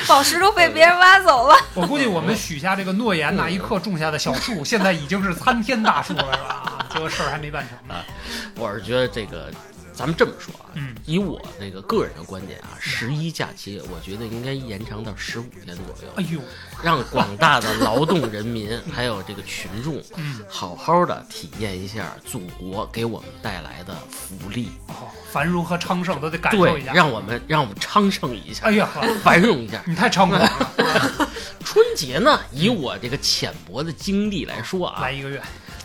[SPEAKER 3] 宝石都被别人挖走了，
[SPEAKER 1] 我估计我们许下这个诺言那一刻种下的小树，现在已经是参天大树了，是吧？啊结果事儿还没办成
[SPEAKER 2] 啊
[SPEAKER 1] 呢。
[SPEAKER 2] 我是觉得这个，咱们这么说啊。
[SPEAKER 1] 嗯，
[SPEAKER 2] 以我这个个人的观点啊，十一假期我觉得应该延长到十五天左
[SPEAKER 1] 哎
[SPEAKER 2] 右，
[SPEAKER 1] 呦，
[SPEAKER 2] 让广大的劳动人民还有这个群众
[SPEAKER 1] 嗯，
[SPEAKER 2] 好好的体验一下祖国给我们带来的福利。
[SPEAKER 1] 哦繁荣和昌盛都得感受
[SPEAKER 2] 对
[SPEAKER 1] 一下，。
[SPEAKER 2] 让我们让我们昌盛一下，
[SPEAKER 1] 哎呀，呵
[SPEAKER 2] 繁荣一下。
[SPEAKER 1] 你太猖狂了！
[SPEAKER 2] 春节呢，以我这个浅薄的经历来说啊
[SPEAKER 1] 来，一个月，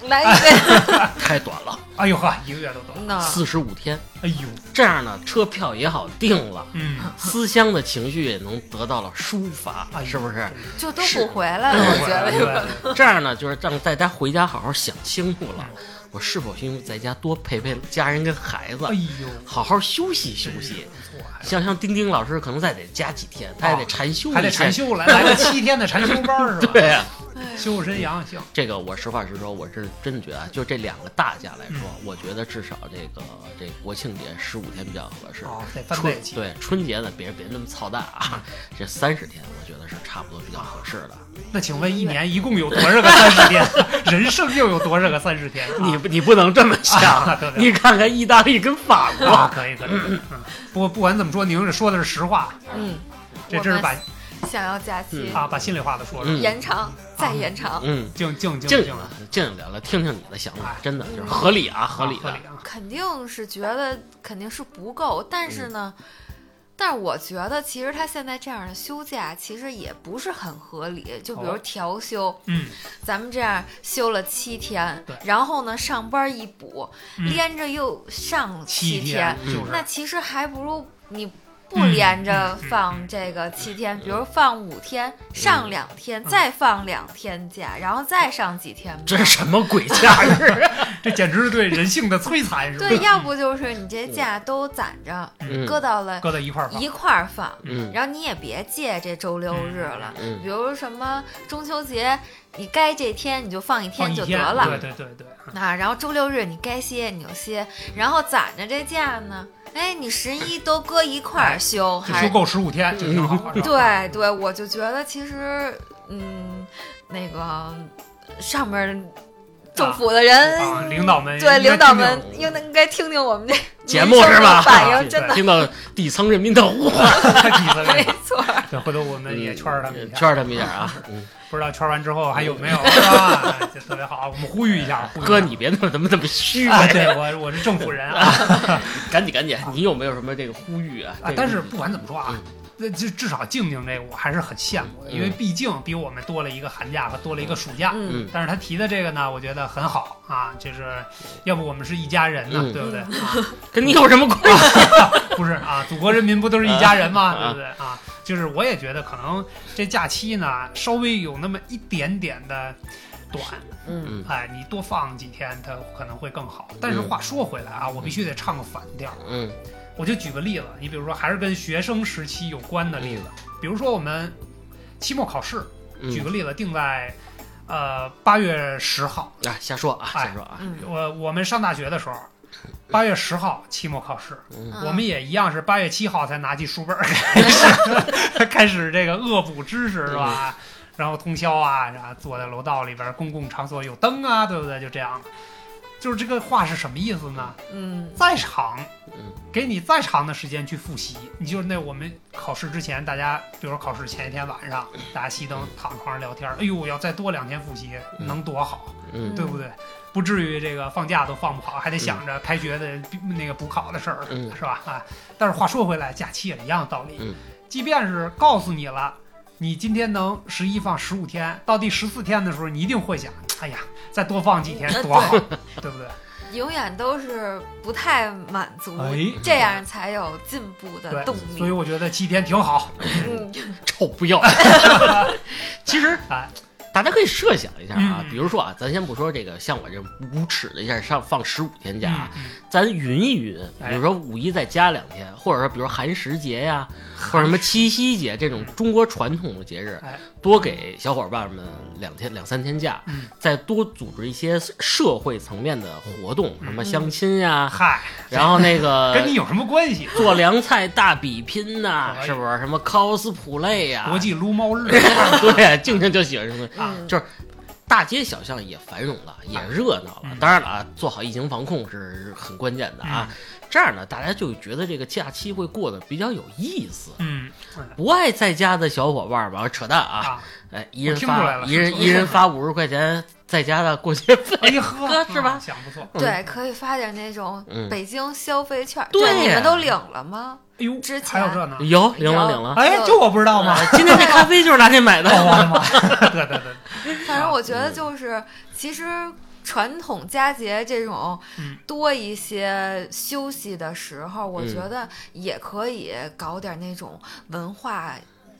[SPEAKER 3] 来一个，
[SPEAKER 2] 太短了，
[SPEAKER 1] 哎呦呵，一个月都短。
[SPEAKER 3] 那
[SPEAKER 2] 四十五天。
[SPEAKER 1] 哎呦，
[SPEAKER 2] 这样呢，车票也好定 了，
[SPEAKER 1] 嗯，
[SPEAKER 2] 思乡的情绪也能得到了抒发
[SPEAKER 1] 哎，呦
[SPEAKER 2] 是不是？
[SPEAKER 3] 就都不回来
[SPEAKER 1] 哎
[SPEAKER 3] 了，我觉得有可能。
[SPEAKER 2] 这样呢，就是让大家回家好好想清楚了，
[SPEAKER 1] 哎
[SPEAKER 2] 我是否应在家多陪陪家人跟孩子
[SPEAKER 1] 哎， 呦，
[SPEAKER 2] 好好休息休
[SPEAKER 1] 真是
[SPEAKER 2] 息。
[SPEAKER 1] 不错啊
[SPEAKER 2] 像像丁丁老师可能再得加几天，他也得禅修一下，
[SPEAKER 1] 哦还得禅修，来来个七天的禅修班儿是吧？
[SPEAKER 2] 对呀、啊
[SPEAKER 1] 修修身阳，行，
[SPEAKER 2] 这个我实话实说，我是真觉得啊，就这两个大假来说，
[SPEAKER 1] 嗯
[SPEAKER 2] 我觉得至少这个这国庆节十五天比较合适。
[SPEAKER 1] 哦，得翻
[SPEAKER 2] 春
[SPEAKER 1] 倍期。
[SPEAKER 2] 对春节呢，别别那么操蛋啊， 这三十天我觉得是差不多比较合适的。
[SPEAKER 1] 那请问一年一共有多少个三十天？ 人生又有多少个三十天？啊
[SPEAKER 2] 你不你不能这么想，
[SPEAKER 1] 啊对对
[SPEAKER 2] 你看看意大利跟法国，
[SPEAKER 1] 啊，可以可以。嗯不过不管怎么说，您是说的是实话，
[SPEAKER 3] 嗯，
[SPEAKER 1] 这这是把
[SPEAKER 3] 想要假期
[SPEAKER 2] 嗯
[SPEAKER 1] 啊把心里话都说出来。
[SPEAKER 2] 嗯
[SPEAKER 3] 延长，再延长，
[SPEAKER 2] 嗯，
[SPEAKER 1] 静静静
[SPEAKER 2] 静
[SPEAKER 1] 静
[SPEAKER 2] 静
[SPEAKER 1] 啊，
[SPEAKER 2] 静静聊聊，听听你的想法
[SPEAKER 1] 哎，
[SPEAKER 2] 真的就是合理啊，合理
[SPEAKER 1] 合理。
[SPEAKER 2] 的
[SPEAKER 1] 啊。
[SPEAKER 3] 肯定是觉得肯定是不够，但
[SPEAKER 1] 嗯
[SPEAKER 3] 是呢。但是我觉得，其实他现在这样的休假其实也不是很合理。就比如
[SPEAKER 1] 哦
[SPEAKER 3] 调休，
[SPEAKER 1] 嗯，
[SPEAKER 3] 咱们这样休了七天
[SPEAKER 1] 对，
[SPEAKER 3] 然后呢上班一补，
[SPEAKER 1] 嗯
[SPEAKER 3] 连着又上
[SPEAKER 1] 七
[SPEAKER 3] 天，
[SPEAKER 2] 嗯
[SPEAKER 1] 就是
[SPEAKER 3] 那其实还不如你不
[SPEAKER 1] 嗯
[SPEAKER 3] 连着
[SPEAKER 1] 嗯嗯
[SPEAKER 3] 放这个七天，比如放五天，
[SPEAKER 1] 嗯
[SPEAKER 3] 上两天，再放两天假，然后再上几天吧。
[SPEAKER 2] 这是什么鬼假日？
[SPEAKER 1] 这简直是对人性的摧残，是吧？
[SPEAKER 3] 对，要不就是你这假都攒着，
[SPEAKER 2] 嗯
[SPEAKER 3] 搁到了
[SPEAKER 1] 嗯搁在一块儿放
[SPEAKER 3] 一块儿放，
[SPEAKER 2] 嗯
[SPEAKER 3] 然后你也别借这周六日了，
[SPEAKER 2] 嗯
[SPEAKER 3] 比如什么中秋节，你该这天你就放一
[SPEAKER 1] 放
[SPEAKER 3] 天
[SPEAKER 1] 一
[SPEAKER 3] 就得
[SPEAKER 1] 天，
[SPEAKER 3] 了。
[SPEAKER 1] 对对对对，
[SPEAKER 3] 啊，然后周六日你该歇你就歇，然后攒着这假呢，哎，你十一都搁一块儿休，
[SPEAKER 1] 哎就
[SPEAKER 3] 还
[SPEAKER 1] 说够十五天就 挺好。 是吧，
[SPEAKER 3] 对对，我就觉得其实，嗯，那个上面儿政府的人，
[SPEAKER 1] 啊，领导 们
[SPEAKER 3] 对
[SPEAKER 1] 应该
[SPEAKER 3] 领导
[SPEAKER 1] 听听
[SPEAKER 3] 们应该应该听听 我们这
[SPEAKER 2] 节目是吧
[SPEAKER 3] 反应
[SPEAKER 1] 啊
[SPEAKER 3] 真的
[SPEAKER 2] 听到底层人民的呼唤，
[SPEAKER 1] 底子
[SPEAKER 3] 没
[SPEAKER 1] 里
[SPEAKER 3] 错儿，
[SPEAKER 1] 对，回头我们也圈儿他们一下，
[SPEAKER 2] 嗯圈儿他们一下 啊。嗯
[SPEAKER 1] 不知道圈儿完之后还有没有，是吧？就特别好，我们呼吁一下，呼吁一下
[SPEAKER 2] 哥，你别那么那么那么虚
[SPEAKER 1] 啊，
[SPEAKER 2] 伪，
[SPEAKER 1] 对我我是政府人啊，
[SPEAKER 2] 哎 赶紧赶紧，你有没有什么这个呼吁啊？
[SPEAKER 1] 啊
[SPEAKER 2] 这个
[SPEAKER 1] 但是不管怎么说啊，那就至少静静这个我还是很羡慕的，因为
[SPEAKER 2] 嗯
[SPEAKER 1] 毕竟比我们多了一个寒假和多了一个暑假。
[SPEAKER 3] 嗯，
[SPEAKER 2] 嗯
[SPEAKER 1] 但是他提的这个呢，我觉得很好啊，就是要不我们是一家人呢，
[SPEAKER 2] 嗯
[SPEAKER 1] 对不对？啊，
[SPEAKER 2] 跟你有什么关系？
[SPEAKER 1] 不是啊，祖国人民不都是一家人吗？
[SPEAKER 2] 啊
[SPEAKER 1] 对不对啊？就是我也觉得可能这假期呢，稍微有那么一点点的短，
[SPEAKER 3] 嗯
[SPEAKER 2] 嗯
[SPEAKER 1] 哎，你多放几天它可能会更好。但是
[SPEAKER 2] 嗯
[SPEAKER 1] 话说回来啊，我必须得唱个反调。
[SPEAKER 2] 嗯
[SPEAKER 1] 我就举个例子，你比如说还是跟学生时期有关的例子，比如说我们期末考试，
[SPEAKER 2] 嗯，
[SPEAKER 1] 举个例子，定在呃八月十号。
[SPEAKER 2] 啊，瞎说啊，
[SPEAKER 1] 哎
[SPEAKER 2] 瞎说啊，
[SPEAKER 3] 嗯，
[SPEAKER 1] 我我们上大学的时候，八月十号期末考试，
[SPEAKER 2] 嗯
[SPEAKER 1] 我们也一样是八月七号才拿起书本儿开始 开始这个恶补知识是吧？然后通宵啊，然后坐在楼道里边儿，公共场所有灯啊，对不对？就这样，就是这个话是什么意思呢？
[SPEAKER 3] 嗯
[SPEAKER 1] 再长
[SPEAKER 2] 嗯，
[SPEAKER 1] 给你再长的时间去复习，你就是那我们考试之前，大家比如说考试前一天晚上，大家熄灯躺床上聊天儿，哎呦，我要再多两天复习
[SPEAKER 2] 嗯
[SPEAKER 1] 能多好，
[SPEAKER 2] 嗯
[SPEAKER 1] 对不对？不至于这个放假都放不好，还得想着开学的那个补考的事儿，
[SPEAKER 2] 嗯
[SPEAKER 1] 是吧？啊，但是话说回来，假期也一样道理，
[SPEAKER 2] 嗯
[SPEAKER 1] 即便是告诉你了。你今天能十一放十五天，到第十四天的时候，你一定会想，哎呀，再多放几天
[SPEAKER 3] 嗯
[SPEAKER 1] 多好，对不对？
[SPEAKER 3] 永远都是不太满足，
[SPEAKER 1] 哎
[SPEAKER 3] 这样才有进步的
[SPEAKER 1] 对
[SPEAKER 3] 动
[SPEAKER 1] 所
[SPEAKER 3] 力。
[SPEAKER 1] 以我觉得七天挺好。
[SPEAKER 3] 嗯
[SPEAKER 2] 臭不 要。其实
[SPEAKER 1] 哎，
[SPEAKER 2] 大家可以设想一下啊，
[SPEAKER 1] 嗯
[SPEAKER 2] 比如说啊，咱先不说这个，像我这无耻的一下上放十五天假啊，
[SPEAKER 1] 嗯
[SPEAKER 2] 咱匀一匀，
[SPEAKER 1] 哎
[SPEAKER 2] 比如说五一再加两天，或者说比如寒食节呀，或者什么七夕节这种中国传统的节日
[SPEAKER 1] 哎，
[SPEAKER 2] 多给小伙伴们两天两三天假，
[SPEAKER 1] 嗯，
[SPEAKER 2] 再多组织一些社会层面的活动，什么
[SPEAKER 3] 嗯
[SPEAKER 2] 相亲呀，
[SPEAKER 1] 嗨，
[SPEAKER 2] 然后那个
[SPEAKER 1] 跟你有什么关系？
[SPEAKER 2] 做凉菜大比拼呐、
[SPEAKER 1] 可以
[SPEAKER 2] 是不是？什么 cosplay 呀、
[SPEAKER 1] 国际撸猫日， 嗯
[SPEAKER 2] 对，静静就喜欢什么，
[SPEAKER 1] 啊
[SPEAKER 3] 嗯
[SPEAKER 2] 就是大街小巷也繁荣了，也热闹了
[SPEAKER 1] 嗯。
[SPEAKER 2] 当然了啊，做好疫情防控是很关键的啊。这样呢，大家就觉得这个假期会过得比较有意思。
[SPEAKER 1] 嗯
[SPEAKER 2] 不爱在家的小伙伴吧，扯淡啊！
[SPEAKER 1] 啊，
[SPEAKER 2] 哎，一人
[SPEAKER 1] 我听出来
[SPEAKER 2] 发
[SPEAKER 1] 了
[SPEAKER 2] 一 人一人发五十块钱在家的过节费，
[SPEAKER 1] 哎呀呵，
[SPEAKER 2] 是吧
[SPEAKER 1] 嗯想不错。
[SPEAKER 3] 对，可以发点那种
[SPEAKER 2] 嗯
[SPEAKER 3] 北京消费券，
[SPEAKER 2] 对
[SPEAKER 3] 这你们都领了吗？
[SPEAKER 1] 哎呦，
[SPEAKER 3] 之前
[SPEAKER 1] 还有这呢？
[SPEAKER 2] 有领了领了。
[SPEAKER 1] 哎，就我不知道吗？
[SPEAKER 2] 啊 今天这咖啡就是拿这买的。
[SPEAKER 1] 我的妈！对对对，
[SPEAKER 3] 反正我觉
[SPEAKER 1] 啊嗯
[SPEAKER 3] 得就是，其实传统佳节这种
[SPEAKER 1] 嗯
[SPEAKER 3] 多一些休息的时候，我
[SPEAKER 2] 嗯
[SPEAKER 3] 觉得也可以搞点那种文化。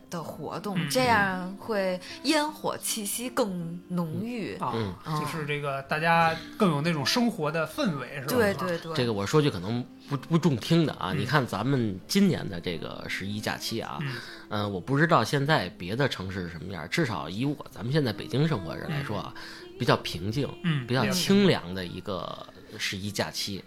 [SPEAKER 3] 的活动，
[SPEAKER 1] 嗯
[SPEAKER 3] 这样会烟火气息更浓郁。
[SPEAKER 1] 啊
[SPEAKER 2] 嗯，
[SPEAKER 1] 就是这个大家更有那种生活的氛围，是吧？
[SPEAKER 3] 对对对，
[SPEAKER 2] 这个我说句可能不不中听的啊，
[SPEAKER 1] 嗯
[SPEAKER 2] 你看咱们今年的这个十一假期啊，
[SPEAKER 1] 嗯
[SPEAKER 2] 嗯、我不知道现在别的城市是什么样，至少以我咱们现在北京生活人来说啊，比较平静、
[SPEAKER 1] 嗯，
[SPEAKER 2] 比较
[SPEAKER 1] 也是
[SPEAKER 2] 清凉的一个十一假期。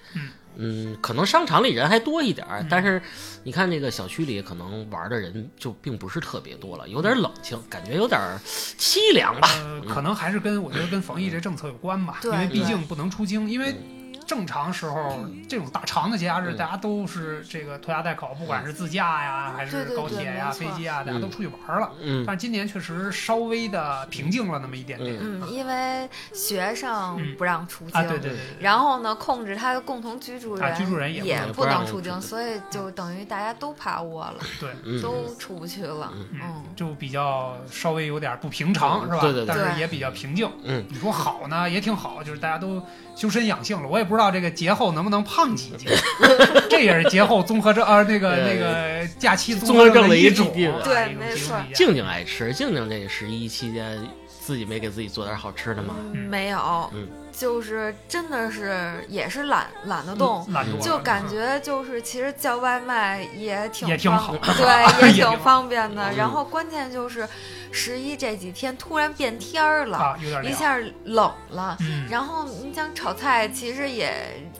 [SPEAKER 1] 嗯
[SPEAKER 2] 可能商场里人还多一点儿
[SPEAKER 1] 嗯，
[SPEAKER 2] 但是你看这个小区里可能玩的人就并不是特别多了，有点冷清，感觉有点儿凄凉吧。
[SPEAKER 1] 呃，可能还是跟我觉得跟防疫这政策有关吧，因
[SPEAKER 3] 对
[SPEAKER 1] 为毕
[SPEAKER 3] 对
[SPEAKER 1] 竟不能出京，因为。正常时候，这种大长的节假日，大家都是这个拖家带口，不管是自驾呀，还
[SPEAKER 3] 对
[SPEAKER 1] 是
[SPEAKER 3] 对
[SPEAKER 1] 高铁
[SPEAKER 3] 对
[SPEAKER 1] 呀、
[SPEAKER 3] 没错
[SPEAKER 1] 飞机呀，大家都出去玩了。
[SPEAKER 2] 嗯
[SPEAKER 1] 但是今年确实稍微的平静了那么一点点
[SPEAKER 2] 嗯
[SPEAKER 3] 嗯，因为学生
[SPEAKER 1] 嗯
[SPEAKER 3] 不让出京，
[SPEAKER 1] 啊，对对对对，
[SPEAKER 3] 然后呢，控制他的共同居住人，
[SPEAKER 1] 啊居住人也不
[SPEAKER 3] 也
[SPEAKER 1] 能
[SPEAKER 2] 不让
[SPEAKER 3] 能出
[SPEAKER 2] 出
[SPEAKER 3] 京，
[SPEAKER 2] 京
[SPEAKER 3] 所以
[SPEAKER 1] 嗯
[SPEAKER 3] 就等于大家都趴窝了，
[SPEAKER 2] 嗯，
[SPEAKER 3] 都出不去了。
[SPEAKER 1] 嗯
[SPEAKER 3] 嗯，
[SPEAKER 1] 就比较稍微有点不平常，是吧？
[SPEAKER 2] 对对对
[SPEAKER 1] 但是也比较平静。
[SPEAKER 2] 嗯，
[SPEAKER 1] 你说好呢，也挺好，就是大家都修身养性了。我也不知道这个节后能不能胖几 斤，这也是节后综合症呃那个
[SPEAKER 2] 对
[SPEAKER 1] 那个假期
[SPEAKER 2] 综合症的
[SPEAKER 1] 的
[SPEAKER 2] 一
[SPEAKER 1] 种
[SPEAKER 2] 种。
[SPEAKER 3] 对
[SPEAKER 1] 哎呦
[SPEAKER 3] 没错。
[SPEAKER 1] 这个不一样
[SPEAKER 2] 静静爱吃，静静这十一期间自己没给自己做点好吃的吗？
[SPEAKER 1] 嗯
[SPEAKER 3] 没有
[SPEAKER 2] 嗯，
[SPEAKER 3] 就是真的是也是懒懒得动，
[SPEAKER 2] 嗯
[SPEAKER 1] 懒惰了
[SPEAKER 3] 就感觉就是其实叫外卖也挺
[SPEAKER 1] 也挺
[SPEAKER 3] 方
[SPEAKER 1] 好
[SPEAKER 3] 对，也
[SPEAKER 1] 也挺
[SPEAKER 3] 挺方便的。
[SPEAKER 2] 嗯
[SPEAKER 3] 然后关键就是十一这几天突然变天儿了，
[SPEAKER 1] 啊，有点
[SPEAKER 3] 一
[SPEAKER 1] 凉。
[SPEAKER 3] 下冷了。
[SPEAKER 1] 嗯，
[SPEAKER 3] 然后你想炒菜，其实也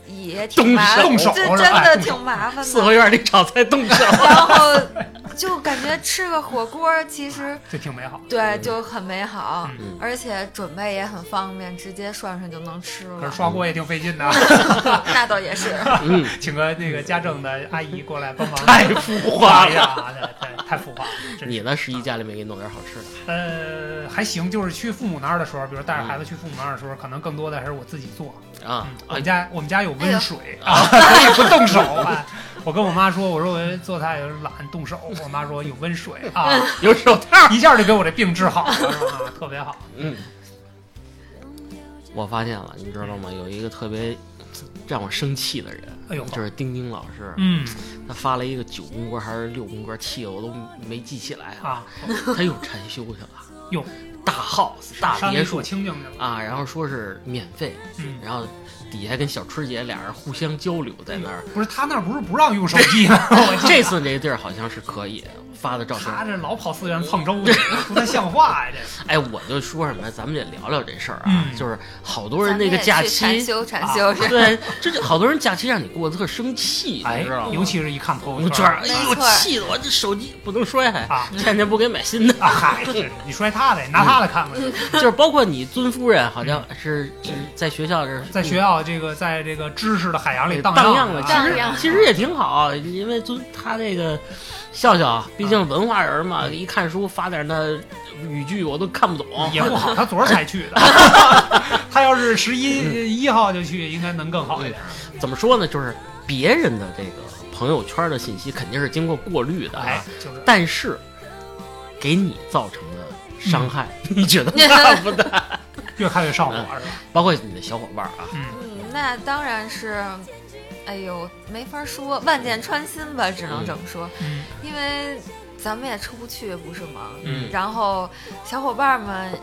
[SPEAKER 3] 也
[SPEAKER 2] 动
[SPEAKER 3] 挺麻
[SPEAKER 2] 手
[SPEAKER 3] 烦，
[SPEAKER 1] 动手
[SPEAKER 3] 这
[SPEAKER 1] 是吧
[SPEAKER 3] 真
[SPEAKER 1] 哎
[SPEAKER 3] 的
[SPEAKER 1] 动手
[SPEAKER 3] 挺麻 烦
[SPEAKER 2] 四
[SPEAKER 3] 的。
[SPEAKER 2] 合院里炒菜动手，
[SPEAKER 3] 然后就感觉吃个火锅，其实
[SPEAKER 1] 这挺美好。
[SPEAKER 3] 对就很美好
[SPEAKER 2] 嗯，
[SPEAKER 3] 而且准备也很方便，直接涮涮就能吃
[SPEAKER 1] 可
[SPEAKER 3] 了
[SPEAKER 1] 是。刷锅也挺费劲的，
[SPEAKER 3] 那倒也 是，
[SPEAKER 2] 嗯，
[SPEAKER 1] 请个那个家政的阿姨过来帮忙。
[SPEAKER 2] 太浮夸
[SPEAKER 1] 哎
[SPEAKER 2] 了。
[SPEAKER 1] 呀，太太太浮夸了。真是
[SPEAKER 2] 你呢？十一家里没给你弄点好吃的？
[SPEAKER 1] 呃，还行，就是去父母那儿的时候，比如带着孩子去父母那儿的时候，可能更多的还是我自己做。
[SPEAKER 2] 啊
[SPEAKER 1] 嗯，我
[SPEAKER 2] 啊
[SPEAKER 1] 们家我们家有温水 啊，所以不动手。哎我跟我妈说，我说我做菜有点懒，动手。我妈说有温水啊，
[SPEAKER 2] 有手套。
[SPEAKER 1] 一下就给我这病治好了，是吧特 别好。
[SPEAKER 2] 嗯，我发现了，你知道吗？有一个特别让我生气的人，
[SPEAKER 1] 哎呦，
[SPEAKER 2] 就是丁丁老师，
[SPEAKER 1] 嗯
[SPEAKER 2] 他发了一个九宫格还是六宫格，气得我都没记起来啊。
[SPEAKER 1] 啊，
[SPEAKER 2] 他又禅修去了。
[SPEAKER 1] 哟，
[SPEAKER 2] 大 house 大
[SPEAKER 1] 山
[SPEAKER 2] 别
[SPEAKER 1] 里
[SPEAKER 2] 墅
[SPEAKER 1] 躲清静去了。
[SPEAKER 2] 啊，然后说是免费，
[SPEAKER 1] 嗯，
[SPEAKER 2] 然后底下跟小春姐俩人互相交流在那儿。
[SPEAKER 1] 不是他那儿不是不让用手机 吗？
[SPEAKER 2] 这次这地儿好像是可以发的照片，
[SPEAKER 1] 他这老跑寺院蹭 粥去，不太像话呀！这
[SPEAKER 2] 哎，我就说什么，咱们得聊聊这事儿啊，
[SPEAKER 1] 嗯
[SPEAKER 2] 就是好多人
[SPEAKER 3] 咱们也
[SPEAKER 2] 那个
[SPEAKER 3] 去
[SPEAKER 2] 假
[SPEAKER 3] 禅
[SPEAKER 2] 期，啊
[SPEAKER 3] 修禅修是吧。
[SPEAKER 2] 对，这就好多人假期让你过得特生气，
[SPEAKER 1] 哎
[SPEAKER 2] 你知道，吗？
[SPEAKER 1] 尤其是一看朋
[SPEAKER 2] 我
[SPEAKER 1] 友
[SPEAKER 2] 这
[SPEAKER 1] 圈
[SPEAKER 2] 儿
[SPEAKER 1] 儿
[SPEAKER 2] 哎呦
[SPEAKER 3] 没错，儿
[SPEAKER 2] 气得我这手机不能摔，还
[SPEAKER 1] 啊
[SPEAKER 2] 前两天不给买新的，
[SPEAKER 1] 啊，嗨，是你摔他的，拿他的看吧。
[SPEAKER 3] 嗯
[SPEAKER 2] 就是包括你尊夫人，好像是是在学校这儿嗯
[SPEAKER 1] 在学校这个在这个知识的海洋里
[SPEAKER 2] 荡
[SPEAKER 1] 荡
[SPEAKER 2] 漾了，
[SPEAKER 1] 啊
[SPEAKER 2] 其
[SPEAKER 3] 荡
[SPEAKER 2] 实
[SPEAKER 3] 漾
[SPEAKER 2] 其实也挺好，因为尊他这个笑笑，毕竟文化人嘛，
[SPEAKER 1] 嗯
[SPEAKER 2] 一看书发点那语句我都看不懂，
[SPEAKER 1] 也不好，他昨儿才去 的。他要是十
[SPEAKER 2] 嗯
[SPEAKER 1] 一一号就去，应该能更好一点。
[SPEAKER 2] 怎么说呢？就是别人的这个朋友圈的信息肯定是经过过滤的，啊
[SPEAKER 1] 哎，就是
[SPEAKER 2] 但是给你造成的伤害，
[SPEAKER 1] 嗯
[SPEAKER 2] 你觉得大不大？
[SPEAKER 1] 越看越上
[SPEAKER 2] 嗯
[SPEAKER 1] 火是吧？
[SPEAKER 2] 包括你的小伙伴啊，
[SPEAKER 1] 嗯，
[SPEAKER 3] 嗯，那当然是，哎呦，没法说，万箭穿心吧，只能这么说，
[SPEAKER 1] 嗯
[SPEAKER 3] 因为咱们也出不去，不是吗？
[SPEAKER 2] 嗯
[SPEAKER 3] 然后小伙伴们，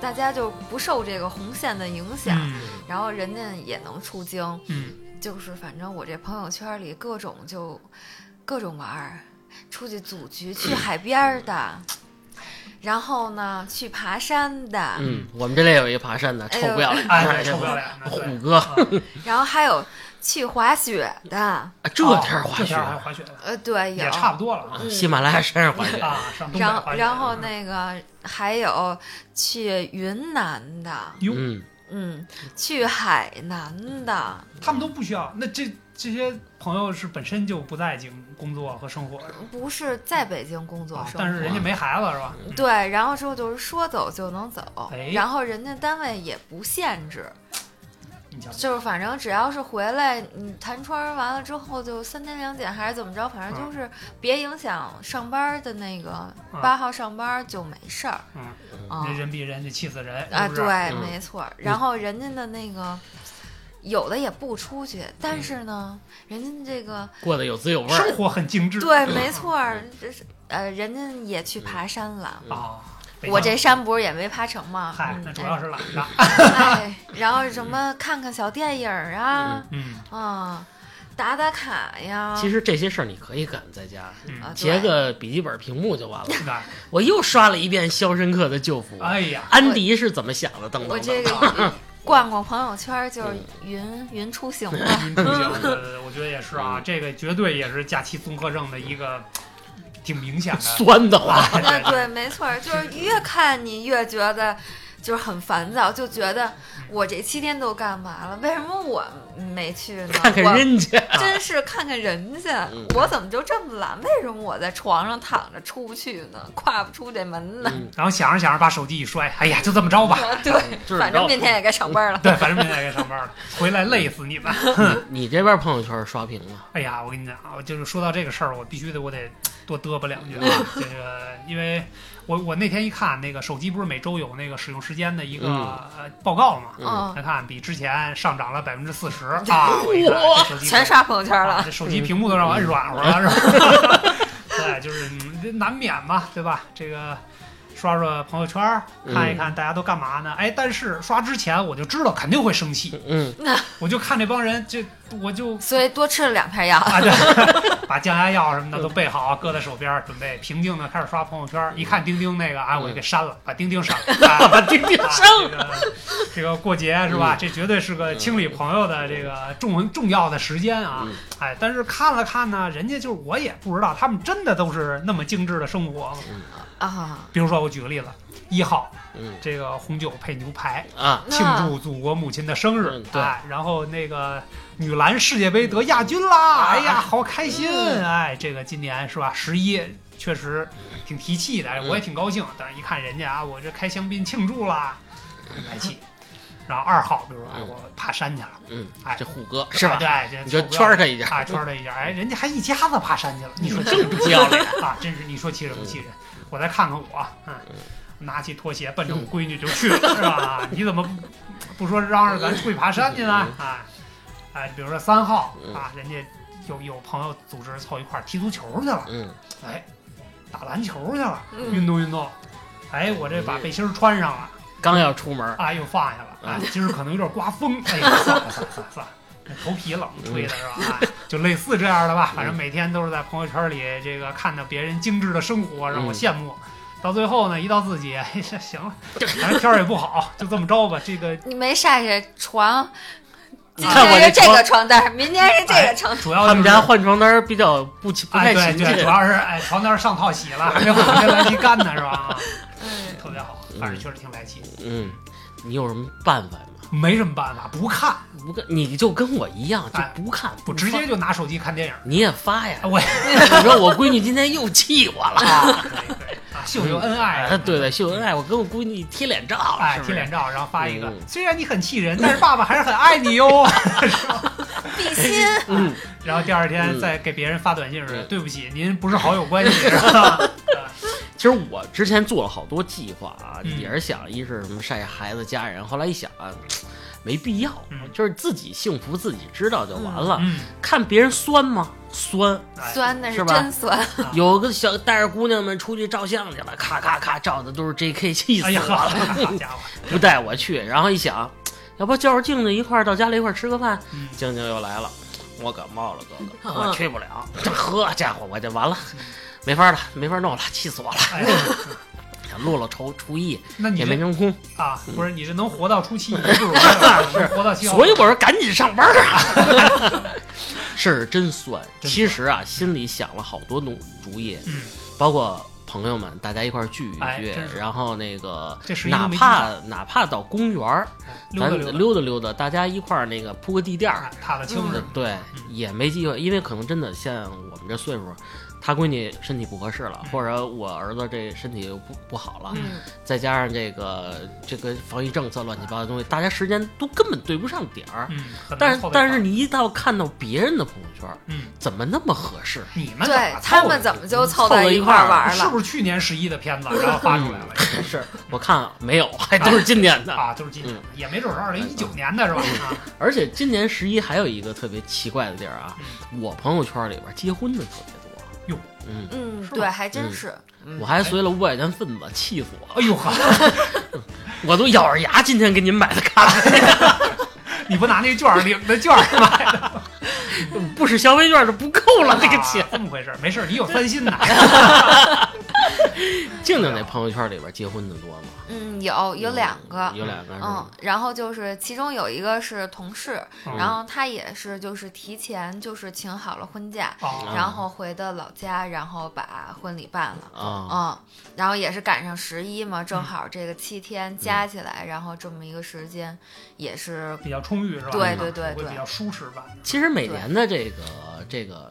[SPEAKER 3] 大家就不受这个红线的影响，
[SPEAKER 1] 嗯
[SPEAKER 3] 然后人家也能出京，
[SPEAKER 1] 嗯，
[SPEAKER 3] 就是反正我这朋友圈里各种就各种玩儿，出去组局去海边儿的，然后呢去爬山的，
[SPEAKER 2] 嗯，我们这里有一爬山的，臭
[SPEAKER 3] 哎呦
[SPEAKER 2] 不要脸，
[SPEAKER 1] 哎，臭不要脸的，
[SPEAKER 2] 虎
[SPEAKER 1] 对。
[SPEAKER 2] 哥，
[SPEAKER 3] 然后还有去滑雪的，
[SPEAKER 2] 这
[SPEAKER 1] 哦
[SPEAKER 2] 天儿滑
[SPEAKER 1] 这
[SPEAKER 2] 雪
[SPEAKER 1] 天儿还滑雪的，
[SPEAKER 3] 呃，对，有
[SPEAKER 1] 也差不多了
[SPEAKER 2] 啊，喜马拉雅山上滑雪，
[SPEAKER 1] 啊。上东北
[SPEAKER 3] 然
[SPEAKER 1] 滑
[SPEAKER 3] 后
[SPEAKER 1] 雪，嗯
[SPEAKER 3] 然后那个还有去云南的，
[SPEAKER 1] 哟，
[SPEAKER 2] 嗯，
[SPEAKER 3] 嗯，去海南的，
[SPEAKER 1] 他们都不需要。那这这些朋友是本身就不在京工作和生活的，
[SPEAKER 3] 不是在北京工作
[SPEAKER 1] 啊
[SPEAKER 3] 生活，
[SPEAKER 1] 但是人家没孩子是吧？嗯
[SPEAKER 3] 对，然后之后就是说走就能走，
[SPEAKER 1] 哎
[SPEAKER 3] 然后人家单位也不限制，
[SPEAKER 1] 你瞧，
[SPEAKER 3] 就是反正只要是回来，你弹窗完了之后就三天两检还是怎么着，反正就是别影响上班的那个
[SPEAKER 1] 嗯
[SPEAKER 3] 八号上班就没事儿，
[SPEAKER 1] 嗯
[SPEAKER 3] 啊
[SPEAKER 1] 人比人家气死人
[SPEAKER 3] 啊，
[SPEAKER 1] 是不是
[SPEAKER 3] 对，
[SPEAKER 2] 嗯
[SPEAKER 3] 没错。然后人家的那个，有的也不出去，但是呢，人家这 个
[SPEAKER 2] 过得有滋有味儿
[SPEAKER 1] 生。活很精致。
[SPEAKER 3] 对，没错儿，这是呃，人家也去
[SPEAKER 1] 嗯
[SPEAKER 3] 爬山了。
[SPEAKER 1] 啊，北
[SPEAKER 3] 我
[SPEAKER 1] 京
[SPEAKER 3] 这山不是也没爬成吗？
[SPEAKER 1] 嗨
[SPEAKER 3] 嗯，
[SPEAKER 1] 那主要是懒着。
[SPEAKER 3] 哎，然后什么看看小电影儿啊，
[SPEAKER 1] 嗯，
[SPEAKER 3] 啊，打打卡呀。
[SPEAKER 2] 其实这些事儿你可以赶在家
[SPEAKER 3] 啊，
[SPEAKER 2] 截
[SPEAKER 3] 对
[SPEAKER 2] 个笔记本屏幕就完了。
[SPEAKER 1] 嗯 是的。
[SPEAKER 2] 我又刷了一遍《肖申克的救赎》，
[SPEAKER 1] 哎 呀，
[SPEAKER 2] 安迪是怎么想的？等
[SPEAKER 3] 我
[SPEAKER 2] 等
[SPEAKER 3] 这
[SPEAKER 2] 等，
[SPEAKER 3] 个逛逛朋友圈儿就是云云出行 吧。
[SPEAKER 1] 晕出去了。对对对我觉得也是啊，这个绝对也是假期综合症的一个挺明显的。
[SPEAKER 2] 酸的慌。
[SPEAKER 1] 啊
[SPEAKER 3] 那 对，没错儿，就是越看你越觉得就是很烦躁，就觉得我这七天都干嘛了？为什么我没去呢？
[SPEAKER 1] 啊
[SPEAKER 2] 看看人家，
[SPEAKER 3] 我真是看看人家
[SPEAKER 2] 嗯，
[SPEAKER 3] 我怎么就这么懒？为什么我在床上躺着出不去呢？跨不出这门呢？
[SPEAKER 2] 嗯
[SPEAKER 1] 然后想着想着，把手机一摔，哎呀，就这么着吧。
[SPEAKER 2] 就是
[SPEAKER 3] 对，反正明天也该上班了。
[SPEAKER 1] 对，反正明天也该上班了，回来累死你们。
[SPEAKER 2] 你这边朋友圈刷屏了，
[SPEAKER 1] 哎呀，我跟你讲啊，我就是说到这个事儿，我必须得我得多嘚吧两句啊。 这个，因为我我那天一看那个手机不是每周有那个使用时间的一个、
[SPEAKER 2] 嗯
[SPEAKER 1] 呃报告嘛，
[SPEAKER 2] 嗯
[SPEAKER 1] 来看比之前上涨了百分之四十啊！我一看这手机
[SPEAKER 3] 全刷朋友圈
[SPEAKER 1] 啊
[SPEAKER 3] 了，
[SPEAKER 1] 这手
[SPEAKER 2] 嗯
[SPEAKER 1] 机屏幕都让我摁软和了，是吧？ 对，就是嗯这难免嘛，对吧？这个刷刷朋友圈儿，看一看
[SPEAKER 2] 嗯
[SPEAKER 1] 大家都干嘛呢？哎，但是刷之前我就知道肯定会生气，
[SPEAKER 2] 嗯，
[SPEAKER 1] 我就看这帮人，这我就
[SPEAKER 3] 所以多吃了两片药。
[SPEAKER 1] 啊，对，把降压药什么的都备好，搁在手边儿，准备平静的开始刷朋友圈
[SPEAKER 2] 嗯
[SPEAKER 1] 儿。一看钉钉那个，啊，我就给删了，把钉钉删了。啊
[SPEAKER 2] 把钉钉
[SPEAKER 1] 啊
[SPEAKER 2] 删了。嗯
[SPEAKER 1] 这个这个过节是吧？这绝对是个清理朋友的这个重重要的时间啊
[SPEAKER 2] 嗯！
[SPEAKER 1] 哎，但是看了看呢，人家就是我也不知道，他们真的都是那么精致的生活吗？
[SPEAKER 3] 啊，
[SPEAKER 1] 比如说，我举个例子，一号
[SPEAKER 2] 嗯
[SPEAKER 1] 这个红酒配牛排。
[SPEAKER 2] 啊，
[SPEAKER 1] 庆祝祖国母亲的生日
[SPEAKER 2] 嗯，对
[SPEAKER 1] 哎，然后那个女篮世界杯得亚军
[SPEAKER 2] 啊
[SPEAKER 1] 啦，哎呀，好开心！
[SPEAKER 2] 嗯
[SPEAKER 1] 哎，这个今年是吧？十一确实挺提气的，
[SPEAKER 2] 嗯
[SPEAKER 1] 我也挺高兴。但是一看人家啊，我这开香槟庆祝啦，很来气。然后二号，比如说，哎，
[SPEAKER 2] 嗯
[SPEAKER 1] 我爬山去了，
[SPEAKER 2] 嗯，
[SPEAKER 1] 哎
[SPEAKER 2] 这虎哥是吧？
[SPEAKER 1] 哎对，这
[SPEAKER 2] 你就
[SPEAKER 1] 凑不
[SPEAKER 2] 圈
[SPEAKER 1] 着
[SPEAKER 2] 儿他一下，
[SPEAKER 1] 啊，圈儿了一下，哎，人家还一家子爬山去了，你说
[SPEAKER 2] 更嗯不要脸。
[SPEAKER 1] 啊，真是你说气人不气人？我再看看我，嗯，拿起拖鞋奔着我闺女就去了，是吧？ 你怎么不不说嚷嚷咱出去爬山去呢？
[SPEAKER 2] 嗯
[SPEAKER 1] 啊，哎，比如说三号啊，人家有有朋友组织凑一块儿踢足球去了，
[SPEAKER 2] 嗯，
[SPEAKER 1] 哎，打篮球去了，
[SPEAKER 3] 嗯
[SPEAKER 1] 运动运动。哎，我这把背心儿穿上了，
[SPEAKER 2] 刚要出门，
[SPEAKER 1] 啊，又放下了，啊
[SPEAKER 2] 啊，
[SPEAKER 1] 今儿可能有点刮风，哎呀，算了算了算了算了。那头皮冷
[SPEAKER 2] 嗯
[SPEAKER 1] 吹的是吧？啊就类似这样的吧，反正每天都是在朋友圈里这个看到别人精致的生活，让我
[SPEAKER 2] 嗯
[SPEAKER 1] 羡慕。到最后呢，一到自己，哎，这行了，反正天儿也不好，就这么着吧。这个
[SPEAKER 3] 你没晒晒床，今
[SPEAKER 2] 看我
[SPEAKER 3] 天是
[SPEAKER 2] 这
[SPEAKER 3] 这个床单儿，明天是这
[SPEAKER 2] 哎
[SPEAKER 3] 个床单儿。
[SPEAKER 1] 主要、就是、
[SPEAKER 2] 他们家换床单儿比较不勤不
[SPEAKER 1] 哎，
[SPEAKER 2] 太
[SPEAKER 1] 对
[SPEAKER 2] 勤
[SPEAKER 1] 对，主
[SPEAKER 2] 俭。
[SPEAKER 1] 要是哎，床单上套洗了，还没还没来得及干呢，是吧？啊
[SPEAKER 3] 嗯，
[SPEAKER 1] 特别好，反正确实挺来气。
[SPEAKER 2] 嗯，你有什么办法吗？
[SPEAKER 1] 没什么办法，不看，
[SPEAKER 2] 不跟你就跟我一样，就
[SPEAKER 1] 哎
[SPEAKER 2] 不看，
[SPEAKER 1] 我
[SPEAKER 2] 不
[SPEAKER 1] 直接
[SPEAKER 2] 发
[SPEAKER 1] 就拿手机看电影。
[SPEAKER 2] 你也发呀
[SPEAKER 1] 哎。我
[SPEAKER 2] 你说我闺女今天又气我了。
[SPEAKER 1] 啊，对对啊，秀秀恩爱
[SPEAKER 2] 啊，，对对，秀恩爱，我跟我闺女贴脸照，
[SPEAKER 1] 哎
[SPEAKER 2] 是，不
[SPEAKER 1] 贴
[SPEAKER 2] 是
[SPEAKER 1] 脸照，然后发一个，
[SPEAKER 2] 嗯
[SPEAKER 1] 虽然你很气人， 但是爸爸还是很爱你 哟。
[SPEAKER 3] 比心，
[SPEAKER 2] 嗯，
[SPEAKER 1] 然后第二天
[SPEAKER 2] 嗯
[SPEAKER 1] 再给别人发短信说：“
[SPEAKER 2] 嗯
[SPEAKER 1] 对不起，您不是好友关系。”是吧？
[SPEAKER 2] 其实我之前做了好多计划啊，
[SPEAKER 1] 嗯
[SPEAKER 2] 也是想一是什么晒晒孩子、家人，后来一想啊，没必要，
[SPEAKER 1] 嗯
[SPEAKER 2] 就是自己幸福自己知道就完了。
[SPEAKER 1] 嗯，
[SPEAKER 2] 看别人酸吗？酸。
[SPEAKER 1] 哎
[SPEAKER 3] 酸的
[SPEAKER 2] 是吧
[SPEAKER 3] 真酸。
[SPEAKER 2] 有个小带着姑娘们出去照相去了，咔咔咔照的都是 J.K. 气死
[SPEAKER 1] 哎呀，
[SPEAKER 2] 我
[SPEAKER 1] 好
[SPEAKER 2] 了，
[SPEAKER 1] 家伙，
[SPEAKER 2] 不带我去。然后一想，要不叫着静静一块儿到家里一块儿吃个饭，
[SPEAKER 1] 嗯
[SPEAKER 2] 静静又来了，我感冒了，哥哥，
[SPEAKER 3] 嗯
[SPEAKER 2] 我去不了。呵家伙，我这完了，没法了，没法弄了，气死我了。
[SPEAKER 1] 哎，
[SPEAKER 2] 落了厨厨艺
[SPEAKER 1] 那你
[SPEAKER 2] 也没
[SPEAKER 1] 这
[SPEAKER 2] 成功，
[SPEAKER 1] 啊，不是你这能活到初七，你不容易啊，能活到七号，
[SPEAKER 2] 所以我说赶紧上班啊。 是真酸，
[SPEAKER 1] 真酸
[SPEAKER 2] 其实啊，心里想了好多种主意，
[SPEAKER 1] 嗯
[SPEAKER 2] 包括朋友们，大家一块儿聚一
[SPEAKER 1] 哎
[SPEAKER 2] 聚
[SPEAKER 1] 真，是
[SPEAKER 2] 然后那个
[SPEAKER 1] 这11
[SPEAKER 2] 哪
[SPEAKER 1] 没地
[SPEAKER 2] 怕哪怕到公园儿，
[SPEAKER 1] 哎溜
[SPEAKER 2] 咱
[SPEAKER 1] 达溜达。
[SPEAKER 2] 溜达溜达，大家一块儿那个铺个地垫儿
[SPEAKER 1] 啊，踏踏青是吗？
[SPEAKER 2] 对，
[SPEAKER 1] 嗯
[SPEAKER 2] 也没机会，因为可能真的像我们这岁数，他闺女身体不合适了
[SPEAKER 1] 嗯，
[SPEAKER 2] 或者我儿子这身体不不好了，
[SPEAKER 1] 嗯
[SPEAKER 3] 嗯，
[SPEAKER 2] 再加上这个这个防疫政策乱七八糟的东西，大家时间都根本对不上点儿。
[SPEAKER 1] 嗯，很难
[SPEAKER 2] 但是
[SPEAKER 1] 凑得
[SPEAKER 2] 但是
[SPEAKER 1] 上
[SPEAKER 2] 你一到看到别人的朋友圈，
[SPEAKER 1] 嗯，
[SPEAKER 2] 怎么那么合适？
[SPEAKER 1] 你们怎
[SPEAKER 3] 对
[SPEAKER 1] 么
[SPEAKER 3] 他
[SPEAKER 1] 凑
[SPEAKER 3] 们
[SPEAKER 1] 的
[SPEAKER 3] 怎么就凑
[SPEAKER 2] 凑到
[SPEAKER 3] 到
[SPEAKER 2] 一
[SPEAKER 3] 一
[SPEAKER 2] 块
[SPEAKER 3] 块
[SPEAKER 2] 儿
[SPEAKER 3] 儿玩
[SPEAKER 1] 是
[SPEAKER 3] 了？
[SPEAKER 1] 不是去年十一的片子，然后发出来了？
[SPEAKER 2] 是我看没有，还都是今年的。
[SPEAKER 1] 啊，就是今年的，也没准是二零一九
[SPEAKER 2] 嗯
[SPEAKER 1] 年的是吧？啊
[SPEAKER 2] 而且今年十一还有一个特别奇怪的地儿啊，我朋友圈里边结婚的特别多。
[SPEAKER 1] 嗯哟，哎
[SPEAKER 2] 嗯，
[SPEAKER 3] 嗯，
[SPEAKER 1] 是吧
[SPEAKER 3] 对，还真是。
[SPEAKER 2] 我还随了五百元份子，气死我了！
[SPEAKER 1] 哎呦呵，
[SPEAKER 2] 我都咬着牙今天给您买的咖
[SPEAKER 1] 哎
[SPEAKER 2] 啡，
[SPEAKER 1] 你不拿那券儿领的 券儿买的，
[SPEAKER 2] 不使消费券就不够了，这个钱
[SPEAKER 1] 啊。这么回事儿？没事儿，你有三星呢。
[SPEAKER 2] 静静那朋友圈里边结婚的多吗？
[SPEAKER 3] 嗯，有有两个，
[SPEAKER 2] 有两个
[SPEAKER 3] 嗯
[SPEAKER 2] 是吧，，
[SPEAKER 3] 然后就是其中有一个是同事，
[SPEAKER 1] 嗯
[SPEAKER 3] 然后他也是就是提前就是请好了婚假，
[SPEAKER 1] 哦，
[SPEAKER 3] 然后回的老家，然后把婚礼办了。
[SPEAKER 2] 啊，
[SPEAKER 3] 嗯，然后也是赶上十一嘛，
[SPEAKER 1] 嗯
[SPEAKER 3] 正好这个七天加起来，然后这么一个时间，也是
[SPEAKER 1] 比较充裕是吧？
[SPEAKER 3] 对对对
[SPEAKER 1] 会
[SPEAKER 3] 对
[SPEAKER 1] 比较舒适吧。
[SPEAKER 2] 其实每年的这个这个，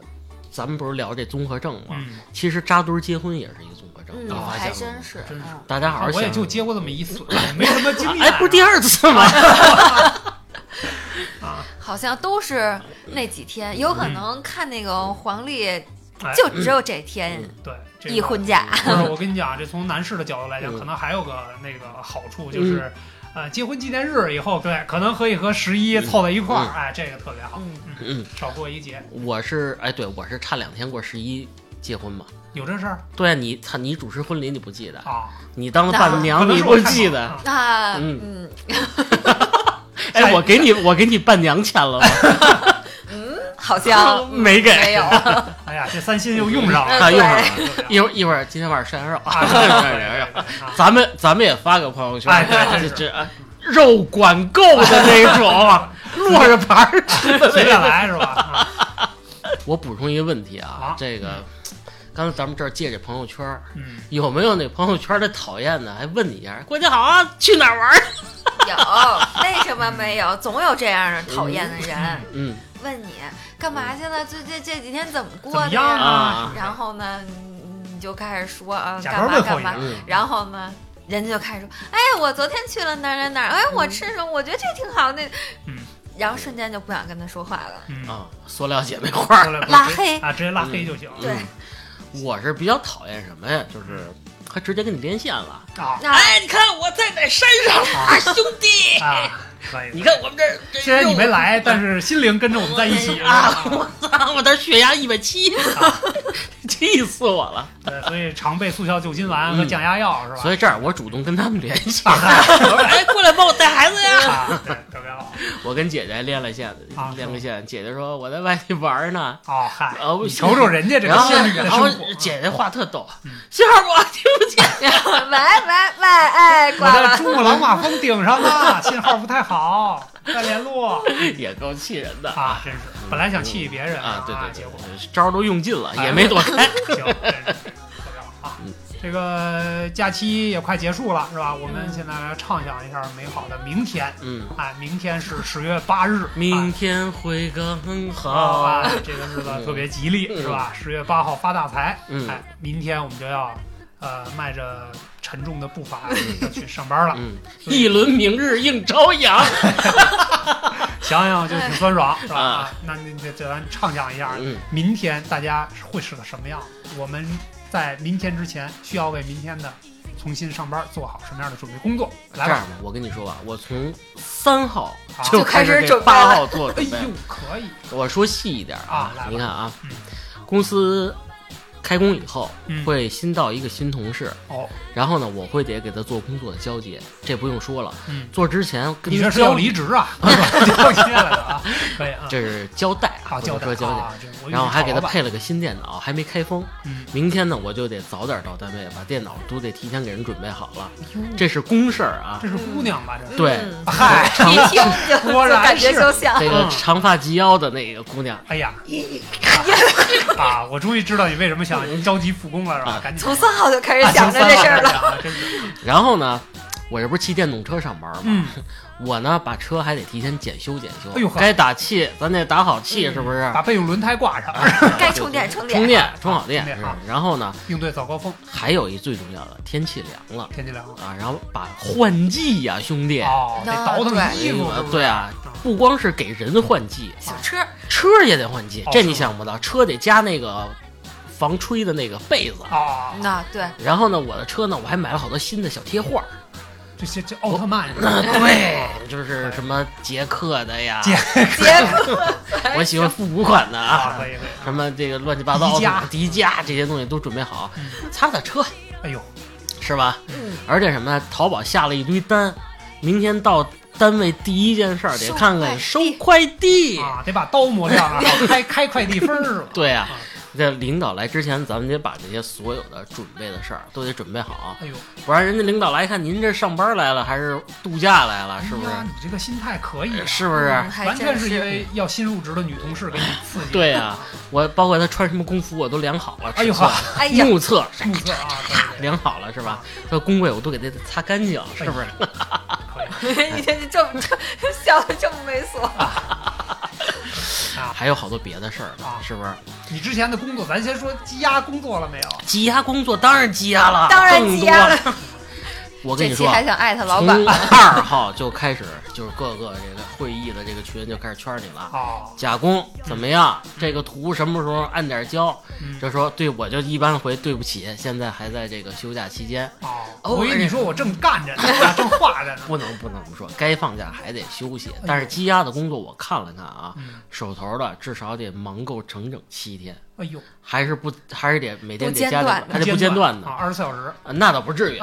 [SPEAKER 2] 咱们不是聊这综合症吗？
[SPEAKER 1] 嗯，
[SPEAKER 2] 其实扎堆儿结婚也是一个综合症，
[SPEAKER 3] 嗯
[SPEAKER 2] 你，发
[SPEAKER 3] 还
[SPEAKER 2] 现了
[SPEAKER 3] 真
[SPEAKER 2] 吗？
[SPEAKER 3] 是，
[SPEAKER 1] 真是
[SPEAKER 3] 嗯，
[SPEAKER 2] 大家好好想
[SPEAKER 1] 我
[SPEAKER 2] 想，
[SPEAKER 1] 也就结过这么一次，没什么 经验。
[SPEAKER 2] 哎，不是第二次吗？
[SPEAKER 1] 啊，
[SPEAKER 3] 好像都是那几天，有可能看那个黄历
[SPEAKER 1] 哎
[SPEAKER 3] 就只有这天
[SPEAKER 1] 对，嗯这个
[SPEAKER 3] 一婚假，
[SPEAKER 1] 不是，我跟你讲，这从男士的角度来讲，
[SPEAKER 2] 嗯
[SPEAKER 1] 可能还有个那个好处
[SPEAKER 3] 嗯
[SPEAKER 1] 就是，呃，结婚纪念日以后，对，可能可以和十一凑在一块儿，
[SPEAKER 2] 嗯
[SPEAKER 1] 哎，这个特别好，
[SPEAKER 3] 嗯，
[SPEAKER 2] 嗯，
[SPEAKER 1] 少过一节，
[SPEAKER 2] 我是哎，对我是差两天过十一结婚嘛。
[SPEAKER 1] 有这事儿
[SPEAKER 2] 对啊，你操，你主持婚礼你不记得，
[SPEAKER 1] 啊？
[SPEAKER 2] 你当伴
[SPEAKER 1] 可
[SPEAKER 2] 娘
[SPEAKER 1] 能
[SPEAKER 2] 你
[SPEAKER 1] 是我太
[SPEAKER 2] 不
[SPEAKER 1] 忙
[SPEAKER 2] 记得。
[SPEAKER 1] 啊
[SPEAKER 3] 那
[SPEAKER 2] 嗯
[SPEAKER 3] 嗯，
[SPEAKER 1] 下
[SPEAKER 2] 哎，
[SPEAKER 1] 一
[SPEAKER 2] 我给你我给你伴娘 钱了吗？
[SPEAKER 3] 好像
[SPEAKER 2] 没给
[SPEAKER 3] 没 有，
[SPEAKER 1] 哎呀，这三星又用上了，
[SPEAKER 2] 啊，一
[SPEAKER 3] 哎 对
[SPEAKER 2] 会儿
[SPEAKER 1] 特别
[SPEAKER 2] 一会儿一会儿，今天晚上涮羊肉
[SPEAKER 1] 好啊
[SPEAKER 2] 啊，涮羊肉。
[SPEAKER 1] 啊
[SPEAKER 2] 咱们咱们也发个朋友圈，
[SPEAKER 1] 哎对
[SPEAKER 2] 这
[SPEAKER 1] 是
[SPEAKER 2] 这啊肉管够的那 种，落着盘儿吃的
[SPEAKER 1] 随便
[SPEAKER 2] 那种。
[SPEAKER 1] 来是吧？啊
[SPEAKER 2] 我补充一个问题
[SPEAKER 1] 啊
[SPEAKER 2] 啊，这个刚才咱们这儿借这朋友圈儿，
[SPEAKER 1] 嗯，
[SPEAKER 2] 有没有那朋友圈的讨厌的？还问你一下，过年好啊，去哪儿玩儿？
[SPEAKER 3] 有，为什么没有？总有这样的讨厌的人
[SPEAKER 2] 嗯，
[SPEAKER 3] 问你干嘛去了？这这这几天怎么
[SPEAKER 1] 怎
[SPEAKER 3] 过
[SPEAKER 1] 么
[SPEAKER 3] 的
[SPEAKER 1] 样
[SPEAKER 3] 呀？
[SPEAKER 1] 啊？
[SPEAKER 3] 然后呢，你你就开始说啊，
[SPEAKER 1] 假
[SPEAKER 3] 干
[SPEAKER 1] 装
[SPEAKER 3] 嘛
[SPEAKER 1] 问候
[SPEAKER 3] 干
[SPEAKER 1] 一
[SPEAKER 3] 嘛
[SPEAKER 1] 下，
[SPEAKER 2] 嗯
[SPEAKER 3] 然后呢，人家就开始说，哎，我昨天去了哪儿哪儿哪儿，哎，我吃什么？我觉得这挺好的，
[SPEAKER 1] 嗯，
[SPEAKER 3] 然后瞬间就不想跟他说话了。
[SPEAKER 1] 嗯，
[SPEAKER 2] 啊，塑料姐妹花儿。
[SPEAKER 1] 过来过来
[SPEAKER 3] 拉黑
[SPEAKER 1] 啊，直接拉黑就行
[SPEAKER 3] 对，
[SPEAKER 2] 我是比较讨厌什么呀？就是他直接跟你连线了。啊
[SPEAKER 1] 啊
[SPEAKER 3] 那
[SPEAKER 2] 哎，你看我在在山上了，兄弟。
[SPEAKER 1] 啊！可以。
[SPEAKER 2] 你看我们这儿，这
[SPEAKER 1] 虽然你没
[SPEAKER 2] 肉
[SPEAKER 1] 来，但是心灵跟着我们在一起
[SPEAKER 2] 啊！我操，我的血压一百七，气死我了！
[SPEAKER 1] 对，所以常备速效救心丸和降压药是吧？
[SPEAKER 2] 嗯所以这儿我主动跟他们联系，
[SPEAKER 1] 啊
[SPEAKER 2] 我说 哎，过来帮我带孩子呀！
[SPEAKER 1] 啊，对，特别好。
[SPEAKER 2] 我跟姐姐练了线
[SPEAKER 1] 啊，
[SPEAKER 2] 练了线。姐姐说我在外地玩呢，
[SPEAKER 1] 哦，嗨，
[SPEAKER 2] 哦
[SPEAKER 1] 你瞅瞅人家这个
[SPEAKER 2] 然后
[SPEAKER 1] 仙女的
[SPEAKER 2] 然后
[SPEAKER 1] 生活，啊
[SPEAKER 2] 姐姐话特逗
[SPEAKER 1] 嗯，
[SPEAKER 2] 信号我听不见。
[SPEAKER 3] 喂喂喂，哎，
[SPEAKER 1] 我
[SPEAKER 3] 挂
[SPEAKER 1] 在
[SPEAKER 3] 了。
[SPEAKER 1] 珠穆朗玛峰顶上 了，信号不太好，再联络
[SPEAKER 2] 也够气人 的
[SPEAKER 1] 啊！真是，本来想气别人
[SPEAKER 2] 啊！对对，
[SPEAKER 1] 结
[SPEAKER 2] 对
[SPEAKER 1] 果
[SPEAKER 2] 招儿都用尽了，也没躲开。
[SPEAKER 1] 行， 真是特别好啊！
[SPEAKER 2] 嗯
[SPEAKER 1] 这个假期也快结束了，是吧？我们现在来畅想一下美好的明天。
[SPEAKER 2] 嗯，
[SPEAKER 1] 哎，明天是十月八日，哎
[SPEAKER 2] 明天会更好
[SPEAKER 1] 啊。，这个日子特别吉利，
[SPEAKER 2] 嗯
[SPEAKER 1] 是吧？十月八号发大财，
[SPEAKER 2] 嗯
[SPEAKER 1] 哎，明天我们就要呃迈着沉重的步伐要去上班了，
[SPEAKER 2] 嗯，一轮明日映朝阳。
[SPEAKER 1] 想想就挺酸 爽，是吧？
[SPEAKER 2] 啊
[SPEAKER 1] 啊那那那这咱畅想一下，
[SPEAKER 2] 嗯，
[SPEAKER 1] 明天大家会是个什么样？我们在明天之前需要为明天的重新上班做好什么样的准备工作？ 来
[SPEAKER 2] 这样
[SPEAKER 1] 吧，
[SPEAKER 2] 吧，我跟你说吧，我从三号
[SPEAKER 1] 啊
[SPEAKER 3] 就开始
[SPEAKER 2] 这
[SPEAKER 3] 准备
[SPEAKER 2] 八
[SPEAKER 3] 了
[SPEAKER 2] 号做
[SPEAKER 1] 哎
[SPEAKER 2] 准备
[SPEAKER 1] 呦。，可以，
[SPEAKER 2] 我说细一点
[SPEAKER 1] 啊来吧
[SPEAKER 2] 你看啊
[SPEAKER 1] 嗯，
[SPEAKER 2] 公司开工以后
[SPEAKER 1] 嗯
[SPEAKER 2] 会新到一个新同事，
[SPEAKER 1] 哦，
[SPEAKER 2] 然后呢，我会得给他做工作的交接，这不用说了。
[SPEAKER 1] 嗯，
[SPEAKER 2] 做之前跟
[SPEAKER 1] 你这
[SPEAKER 2] 他
[SPEAKER 1] 是要
[SPEAKER 2] 交
[SPEAKER 1] 离，职 啊？ 交接来了啊，可以啊，
[SPEAKER 2] 这是交代啊，
[SPEAKER 1] 好
[SPEAKER 2] 不
[SPEAKER 1] 交
[SPEAKER 2] 能
[SPEAKER 1] 代
[SPEAKER 2] 说交代。
[SPEAKER 1] 啊，这我以为
[SPEAKER 2] 然后还给
[SPEAKER 1] 炒
[SPEAKER 2] 他
[SPEAKER 1] 老板
[SPEAKER 2] 配了个新电脑，还没开封。
[SPEAKER 1] 嗯，
[SPEAKER 2] 明天呢，我就得早点到单位，把电脑都得提前给人准备好了。
[SPEAKER 1] 哟
[SPEAKER 2] 这是公事儿啊
[SPEAKER 1] 这。是姑娘吧？这是。
[SPEAKER 2] 对
[SPEAKER 3] 嗯
[SPEAKER 1] 嗨，
[SPEAKER 3] 一听就
[SPEAKER 1] 果
[SPEAKER 3] 就
[SPEAKER 1] 然
[SPEAKER 3] 感觉
[SPEAKER 1] 是
[SPEAKER 3] 就像
[SPEAKER 2] 这个
[SPEAKER 1] 嗯
[SPEAKER 2] 长发及腰的那个姑娘
[SPEAKER 1] 哎呀，啊，我终于知道你为什么想着急复工了，是吧？
[SPEAKER 2] 啊
[SPEAKER 1] 赶紧
[SPEAKER 3] 从三号就开始
[SPEAKER 1] 啊
[SPEAKER 3] 想着这事儿了。
[SPEAKER 1] 从三号开始想了，真是。
[SPEAKER 2] 然后呢，我这不是骑电动车上班吗？
[SPEAKER 1] 嗯，
[SPEAKER 2] 我呢把车还得提前检修检修。
[SPEAKER 1] 哎呦呵
[SPEAKER 2] 该打气咱得打好气，
[SPEAKER 3] 嗯
[SPEAKER 2] 是不是？
[SPEAKER 1] 把备用轮胎挂上，
[SPEAKER 3] 该充电充电，
[SPEAKER 2] 充电，充好电。
[SPEAKER 1] 充电啊
[SPEAKER 2] 是然后呢，
[SPEAKER 1] 应对早高峰，
[SPEAKER 2] 还有一最重要的，天气凉了
[SPEAKER 1] 天气凉了。
[SPEAKER 2] 啊，然后把换季呀、兄弟。
[SPEAKER 1] 哦，得
[SPEAKER 3] 那
[SPEAKER 1] 倒腾
[SPEAKER 3] 对
[SPEAKER 1] 衣服，
[SPEAKER 2] 呃
[SPEAKER 1] 是不是
[SPEAKER 2] 对，啊，不光是给人换季，
[SPEAKER 3] 小车
[SPEAKER 2] 车也得换季
[SPEAKER 1] 哦，
[SPEAKER 2] 这
[SPEAKER 1] 是
[SPEAKER 2] 你
[SPEAKER 1] 吗
[SPEAKER 2] 想不到，车得加那个防吹的那个被子。
[SPEAKER 1] 啊，
[SPEAKER 3] 那对，
[SPEAKER 2] 然后呢，我的车呢，我还买了好多新的小贴画儿，
[SPEAKER 1] 这些这奥特曼是吧，
[SPEAKER 2] 嗯对，啊就是什么捷克的呀，
[SPEAKER 1] 捷
[SPEAKER 3] 杰克，
[SPEAKER 2] 我喜欢复古款的
[SPEAKER 1] 啊，
[SPEAKER 2] 啊，
[SPEAKER 1] 可以可以，
[SPEAKER 2] 什么这个乱七八糟
[SPEAKER 1] 迪迦
[SPEAKER 2] 的迪迦这些东西都准备好
[SPEAKER 1] 嗯，
[SPEAKER 2] 擦擦车
[SPEAKER 1] 哎呦，
[SPEAKER 2] 是吧？
[SPEAKER 3] 嗯，
[SPEAKER 2] 而且什么呢？淘宝下了一堆单，明天到单位第一件事儿得
[SPEAKER 3] 收
[SPEAKER 2] 看看
[SPEAKER 3] 快
[SPEAKER 2] 收
[SPEAKER 3] 递
[SPEAKER 2] 快递。
[SPEAKER 1] 啊，得把刀磨亮啊，开开快递分儿是吧？
[SPEAKER 2] 对啊
[SPEAKER 1] 啊，
[SPEAKER 2] 在领导来之前，咱们得把这些所有的准备的事儿都得准备好，
[SPEAKER 1] 哎呦，
[SPEAKER 2] 不然人家领导来一看，您这上班来了还是度假来了，啊是不
[SPEAKER 1] 哎呀
[SPEAKER 2] 是？
[SPEAKER 1] 你这个心态可以啊，
[SPEAKER 2] 是不是
[SPEAKER 3] 嗯？还
[SPEAKER 1] 完全
[SPEAKER 3] 真
[SPEAKER 1] 是
[SPEAKER 3] 是
[SPEAKER 1] 因为要新入职的女同事给你刺激，
[SPEAKER 2] 对啊，我包括他穿什么工服，我都量好了，
[SPEAKER 1] 哎呦
[SPEAKER 2] 尺寸
[SPEAKER 1] 呵
[SPEAKER 3] 哎呀，
[SPEAKER 2] 目测
[SPEAKER 1] 目测啊，对对对
[SPEAKER 2] 量好了是吧？他工位我都给他擦干净， 是不是？
[SPEAKER 1] 哎可以。
[SPEAKER 3] 你这你这么这笑的这么猥琐，
[SPEAKER 2] 还有好多别的事儿呢
[SPEAKER 1] 哎啊，
[SPEAKER 2] 是不是？
[SPEAKER 1] 你之前的工作，咱先说积压工作了没有？
[SPEAKER 2] 积压工作当然积压了，
[SPEAKER 3] 当然
[SPEAKER 2] 更
[SPEAKER 3] 积压
[SPEAKER 2] 多了。 我跟
[SPEAKER 3] 这
[SPEAKER 2] 你
[SPEAKER 3] 期
[SPEAKER 2] 说啊，
[SPEAKER 3] 还想艾特老
[SPEAKER 2] 从
[SPEAKER 3] 板吗？
[SPEAKER 2] 二号就开始，就是各个这个会议的这个群就开始圈你了。
[SPEAKER 1] 哦，
[SPEAKER 2] 假工怎么样？这个图什么时候按点交？
[SPEAKER 1] 嗯，
[SPEAKER 2] 就说对，我就一般回对不起，现在还在这个休假期间，
[SPEAKER 1] 哦，
[SPEAKER 2] 偶尔
[SPEAKER 1] 我以为你说我正干着呢，正画着呢。
[SPEAKER 2] 不能不能这么说，该放假还得休息。但是积压的工作我看了看啊，
[SPEAKER 1] 嗯
[SPEAKER 2] 手头的至少得忙够整整七天，
[SPEAKER 1] 哎呦，
[SPEAKER 2] 还是不还是得每天
[SPEAKER 3] 不
[SPEAKER 2] 得
[SPEAKER 3] 间
[SPEAKER 2] 加点
[SPEAKER 3] 断，
[SPEAKER 2] 还得不间断的
[SPEAKER 1] 啊，。二十四小时。
[SPEAKER 2] 啊那倒 不至于，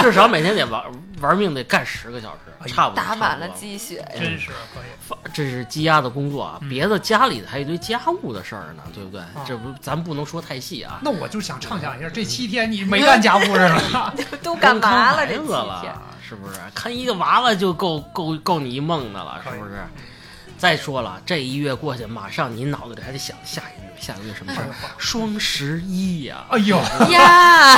[SPEAKER 2] 至少每天得玩玩命得干十个小
[SPEAKER 1] 哎呦
[SPEAKER 2] 时，差不多。
[SPEAKER 3] 打满了
[SPEAKER 2] 差不多
[SPEAKER 3] 鸡血，
[SPEAKER 1] 真
[SPEAKER 2] 哎
[SPEAKER 1] 是可以，
[SPEAKER 2] 这是积压的工作啊
[SPEAKER 1] 嗯，
[SPEAKER 2] 别的家里的还有一堆家务的事儿呢，对不对？
[SPEAKER 3] 哦
[SPEAKER 2] 这不，咱不能说太细啊。
[SPEAKER 1] 那我就想畅想一下，这七天你没干家务是 吧？
[SPEAKER 3] 都干嘛
[SPEAKER 2] 了
[SPEAKER 3] 了这几天？
[SPEAKER 2] 了，是不是？看一个娃娃就够够够你一梦的了，
[SPEAKER 1] 可以
[SPEAKER 2] 是不是？再说了，这一月过去，马上你脑子里还得想下一个月，下一个月什
[SPEAKER 3] 哎
[SPEAKER 2] 么事儿？双十一呀、
[SPEAKER 1] 哎呦，
[SPEAKER 3] 呀，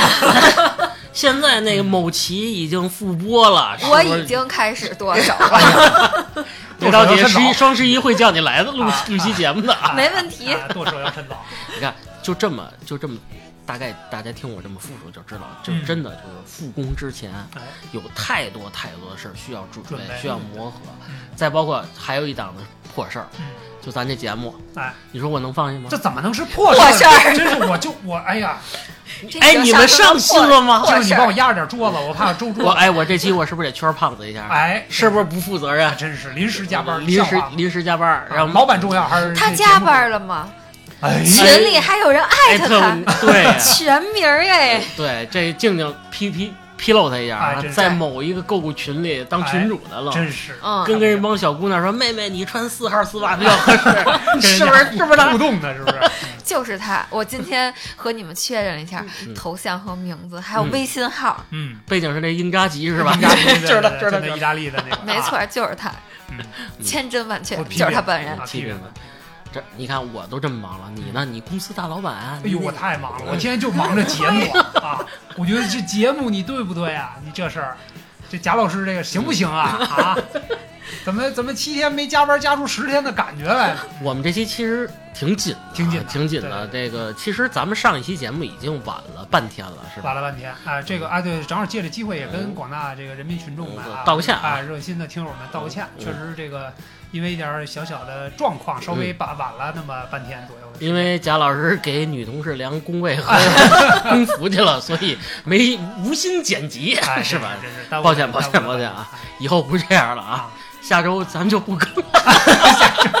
[SPEAKER 2] 现在那个某奇已经复播了，是
[SPEAKER 3] 嗯
[SPEAKER 2] 不
[SPEAKER 3] 我
[SPEAKER 2] 是
[SPEAKER 3] 已经开始剁手 了，
[SPEAKER 2] 别着急，
[SPEAKER 1] 剁手要趁
[SPEAKER 2] 十一
[SPEAKER 1] 早
[SPEAKER 2] 双十一会叫你来的录
[SPEAKER 1] 啊
[SPEAKER 2] 录期节目的啊。
[SPEAKER 1] 啊
[SPEAKER 3] 没问题
[SPEAKER 1] 啊剁手要趁早。
[SPEAKER 2] 你看，就这么就这么大概大家听我这么复述就知道，就
[SPEAKER 1] 嗯
[SPEAKER 2] 真的就是复工之前
[SPEAKER 1] 哎，
[SPEAKER 2] 有太多太多的事儿需要准备
[SPEAKER 1] 准备，
[SPEAKER 2] 需要磨合，
[SPEAKER 1] 嗯
[SPEAKER 2] 再包括还有一档子破事儿，
[SPEAKER 1] 嗯，
[SPEAKER 2] 就咱这节目，
[SPEAKER 1] 哎，
[SPEAKER 2] 你说我能放下吗
[SPEAKER 1] 这？怎么能是破
[SPEAKER 3] 破
[SPEAKER 1] 事
[SPEAKER 3] 事
[SPEAKER 1] 儿？
[SPEAKER 3] 儿
[SPEAKER 1] 真是我就我哎呀，
[SPEAKER 3] 这
[SPEAKER 2] 哎，
[SPEAKER 3] 叫
[SPEAKER 2] 你
[SPEAKER 3] 啥
[SPEAKER 2] 们
[SPEAKER 3] 都
[SPEAKER 2] 上
[SPEAKER 3] 能
[SPEAKER 2] 心
[SPEAKER 3] 破
[SPEAKER 2] 了吗？
[SPEAKER 3] 破
[SPEAKER 1] 就是你
[SPEAKER 3] 事儿
[SPEAKER 1] 帮我压着点桌子，我怕周
[SPEAKER 2] 我
[SPEAKER 1] 桌。
[SPEAKER 2] 哎，我这期我是不是得圈胖子一下？，
[SPEAKER 1] 哎，
[SPEAKER 2] 是不是不负责任？
[SPEAKER 1] 真是临时加班？
[SPEAKER 2] 临时
[SPEAKER 1] 笑话
[SPEAKER 2] 临时加班儿，
[SPEAKER 1] 啊
[SPEAKER 2] 让
[SPEAKER 1] 老板重要还是
[SPEAKER 3] 他
[SPEAKER 1] 这节
[SPEAKER 3] 加
[SPEAKER 1] 目
[SPEAKER 3] 班？了吗？
[SPEAKER 1] 哎，
[SPEAKER 3] 群里还有人艾
[SPEAKER 2] 哎
[SPEAKER 3] 特
[SPEAKER 2] 特
[SPEAKER 3] 他
[SPEAKER 2] 对
[SPEAKER 3] 全名儿哎，
[SPEAKER 2] 对，这静静批批披露他一下
[SPEAKER 1] 哎
[SPEAKER 2] 啊，
[SPEAKER 1] 真是哎
[SPEAKER 2] 在某一个购物群里当群主的了。
[SPEAKER 1] 真是
[SPEAKER 3] 嗯，
[SPEAKER 2] 跟跟人帮小姑娘说：“妹妹，你穿四号丝袜比较合适， 是不是？是不是
[SPEAKER 1] 互
[SPEAKER 2] 他？
[SPEAKER 1] 动的？是不是？
[SPEAKER 3] 就是他。我今天和你们确认了一下
[SPEAKER 2] 嗯
[SPEAKER 3] 头像和名字，还有
[SPEAKER 2] 嗯
[SPEAKER 3] 微信号，
[SPEAKER 1] 嗯，
[SPEAKER 2] 背景是那英扎吉是吧？
[SPEAKER 1] 意大利的
[SPEAKER 2] 就是他，
[SPEAKER 1] 对
[SPEAKER 2] 就是
[SPEAKER 1] 就
[SPEAKER 2] 他，就
[SPEAKER 1] 那意
[SPEAKER 2] 是
[SPEAKER 1] 大利的那个，啊
[SPEAKER 3] 没错儿，就是他
[SPEAKER 1] 嗯，
[SPEAKER 3] 千真万确
[SPEAKER 1] 我，批评
[SPEAKER 3] 就是他本人
[SPEAKER 1] 啊。
[SPEAKER 2] 他。批评
[SPEAKER 1] 批评
[SPEAKER 2] 他。哎这你看我都这么忙了，你呢？你公司大老板啊？
[SPEAKER 1] 哎呦，
[SPEAKER 2] 你
[SPEAKER 1] 我太忙了，我天天就忙着节目 啊！我觉得这节目你对不对啊？你这事儿，这贾老师这个行不行 啊？啊，怎么怎么七天没加班加出十天的感觉来了？
[SPEAKER 2] 我们这期其实挺紧的啊，
[SPEAKER 1] 挺紧的
[SPEAKER 2] 挺紧的。这个其实咱们上一期节目已经晚了半天了，是
[SPEAKER 1] 玩
[SPEAKER 2] 吧？
[SPEAKER 1] 了半天啊！这个啊，对，正好借着机会也跟广大这个人民群众们啊
[SPEAKER 2] 道个歉啊嗯
[SPEAKER 1] 啊，热心的听友们道个歉，确实这个因为一点儿小小的状况，稍微把晚了那么半天左右的时间。
[SPEAKER 2] 嗯因为贾老师给女同事量工位和 工服去了，所以没无心剪辑
[SPEAKER 1] 哎，，
[SPEAKER 2] 是吧？
[SPEAKER 1] 真是耽误
[SPEAKER 2] 抱歉
[SPEAKER 1] 了
[SPEAKER 2] 抱歉
[SPEAKER 1] 耽误了
[SPEAKER 2] 抱歉啊
[SPEAKER 1] 哎
[SPEAKER 2] 以后不这样了啊！
[SPEAKER 1] 啊！
[SPEAKER 2] 下周咱们就不更了，
[SPEAKER 1] 嗯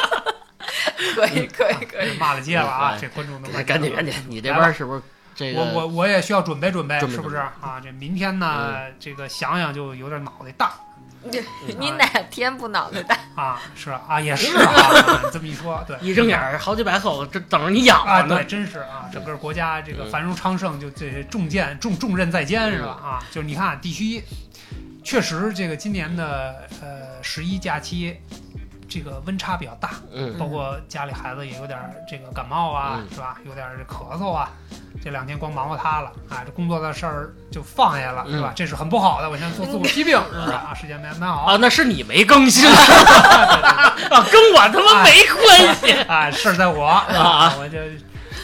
[SPEAKER 3] 可以可以可以，
[SPEAKER 1] 骂了街了啊！
[SPEAKER 2] 哎
[SPEAKER 1] 这观众都骂街了
[SPEAKER 2] 赶紧赶紧，你这
[SPEAKER 1] 来
[SPEAKER 2] 边
[SPEAKER 1] 吧
[SPEAKER 2] 是不是这
[SPEAKER 1] 我
[SPEAKER 2] 个
[SPEAKER 1] 我我也需要准备准备，
[SPEAKER 2] 准备嗯
[SPEAKER 1] 是不是啊？这明天呢，这个想想就有点脑袋大
[SPEAKER 3] 你
[SPEAKER 1] 嗯
[SPEAKER 3] 你哪天不脑袋大？
[SPEAKER 1] 啊，是啊，也是啊，这么一说，对，
[SPEAKER 2] 一睁眼儿好几百口，这等着你养
[SPEAKER 1] 啊，
[SPEAKER 2] 了呢
[SPEAKER 1] 对，？真是啊，整个国家这个
[SPEAKER 2] 嗯
[SPEAKER 1] 繁荣昌盛就这些重剑重重任在肩是吧？啊，就是你看地区一，确实这个今年的呃十一假期，这个温差比较大，
[SPEAKER 2] 嗯，
[SPEAKER 1] 包括家里孩子也有点儿这个感冒啊，
[SPEAKER 2] 嗯
[SPEAKER 1] 是吧？有点儿这咳嗽啊，这两天光忙活他了啊，这工作的事儿就放下了，
[SPEAKER 2] 嗯
[SPEAKER 1] 是吧？这是很不好的，我现在做自我批评，是不是啊？时间没安排好
[SPEAKER 2] 啊，那是你没更新啊，跟我他
[SPEAKER 1] 哎
[SPEAKER 2] 妈没关 系。
[SPEAKER 1] 啊，事儿在我
[SPEAKER 2] 啊，
[SPEAKER 1] 我这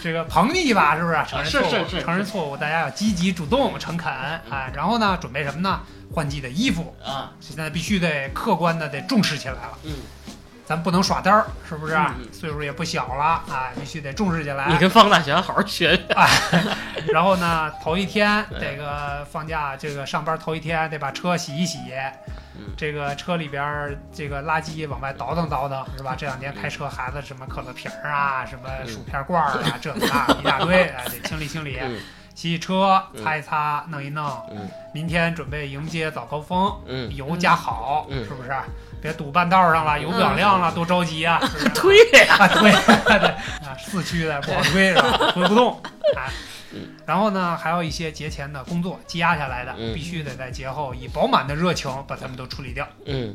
[SPEAKER 1] 这个捧你一把，是不是？承认错误，
[SPEAKER 2] 是是是嗯
[SPEAKER 1] 承认错误，大家要积极主动、诚恳啊。哎然后呢，准备什么呢？换季的衣服，
[SPEAKER 2] 啊，
[SPEAKER 1] 现在必须得客观的得重视起来了。
[SPEAKER 2] 嗯，
[SPEAKER 1] 咱不能耍单儿，是不是？
[SPEAKER 2] 嗯嗯
[SPEAKER 1] 岁数也不小了啊，必须得重视起来。
[SPEAKER 2] 你跟方大全好好学学。
[SPEAKER 1] 然后呢，头一天
[SPEAKER 2] 嗯
[SPEAKER 1] 这个放假，这个上班头一天得把车洗一洗，
[SPEAKER 2] 嗯
[SPEAKER 1] 这个车里边儿这个垃圾往外倒腾倒腾，是吧？这两天开车，孩子什么可乐瓶儿啊，
[SPEAKER 2] 嗯
[SPEAKER 1] 什么薯片罐儿啊，这那一大堆，哎，得清理清理，
[SPEAKER 2] 嗯
[SPEAKER 1] 洗洗车，擦一擦，弄一弄。
[SPEAKER 2] 嗯
[SPEAKER 1] 明天准备迎接早高峰，
[SPEAKER 2] 嗯，
[SPEAKER 1] 油加好，
[SPEAKER 2] 嗯
[SPEAKER 1] 是不是？别堵半道上了，油不两 亮了，多着急啊！是不是
[SPEAKER 2] 推呀，
[SPEAKER 1] 啊，对对 啊，四驱的不好推是吧？推不动。啊
[SPEAKER 2] 嗯，
[SPEAKER 1] 然后呢，还有一些节前的工作积压下来的，
[SPEAKER 2] 嗯
[SPEAKER 1] 必须得在节后以饱满的热情把他们都处理掉，
[SPEAKER 2] 嗯，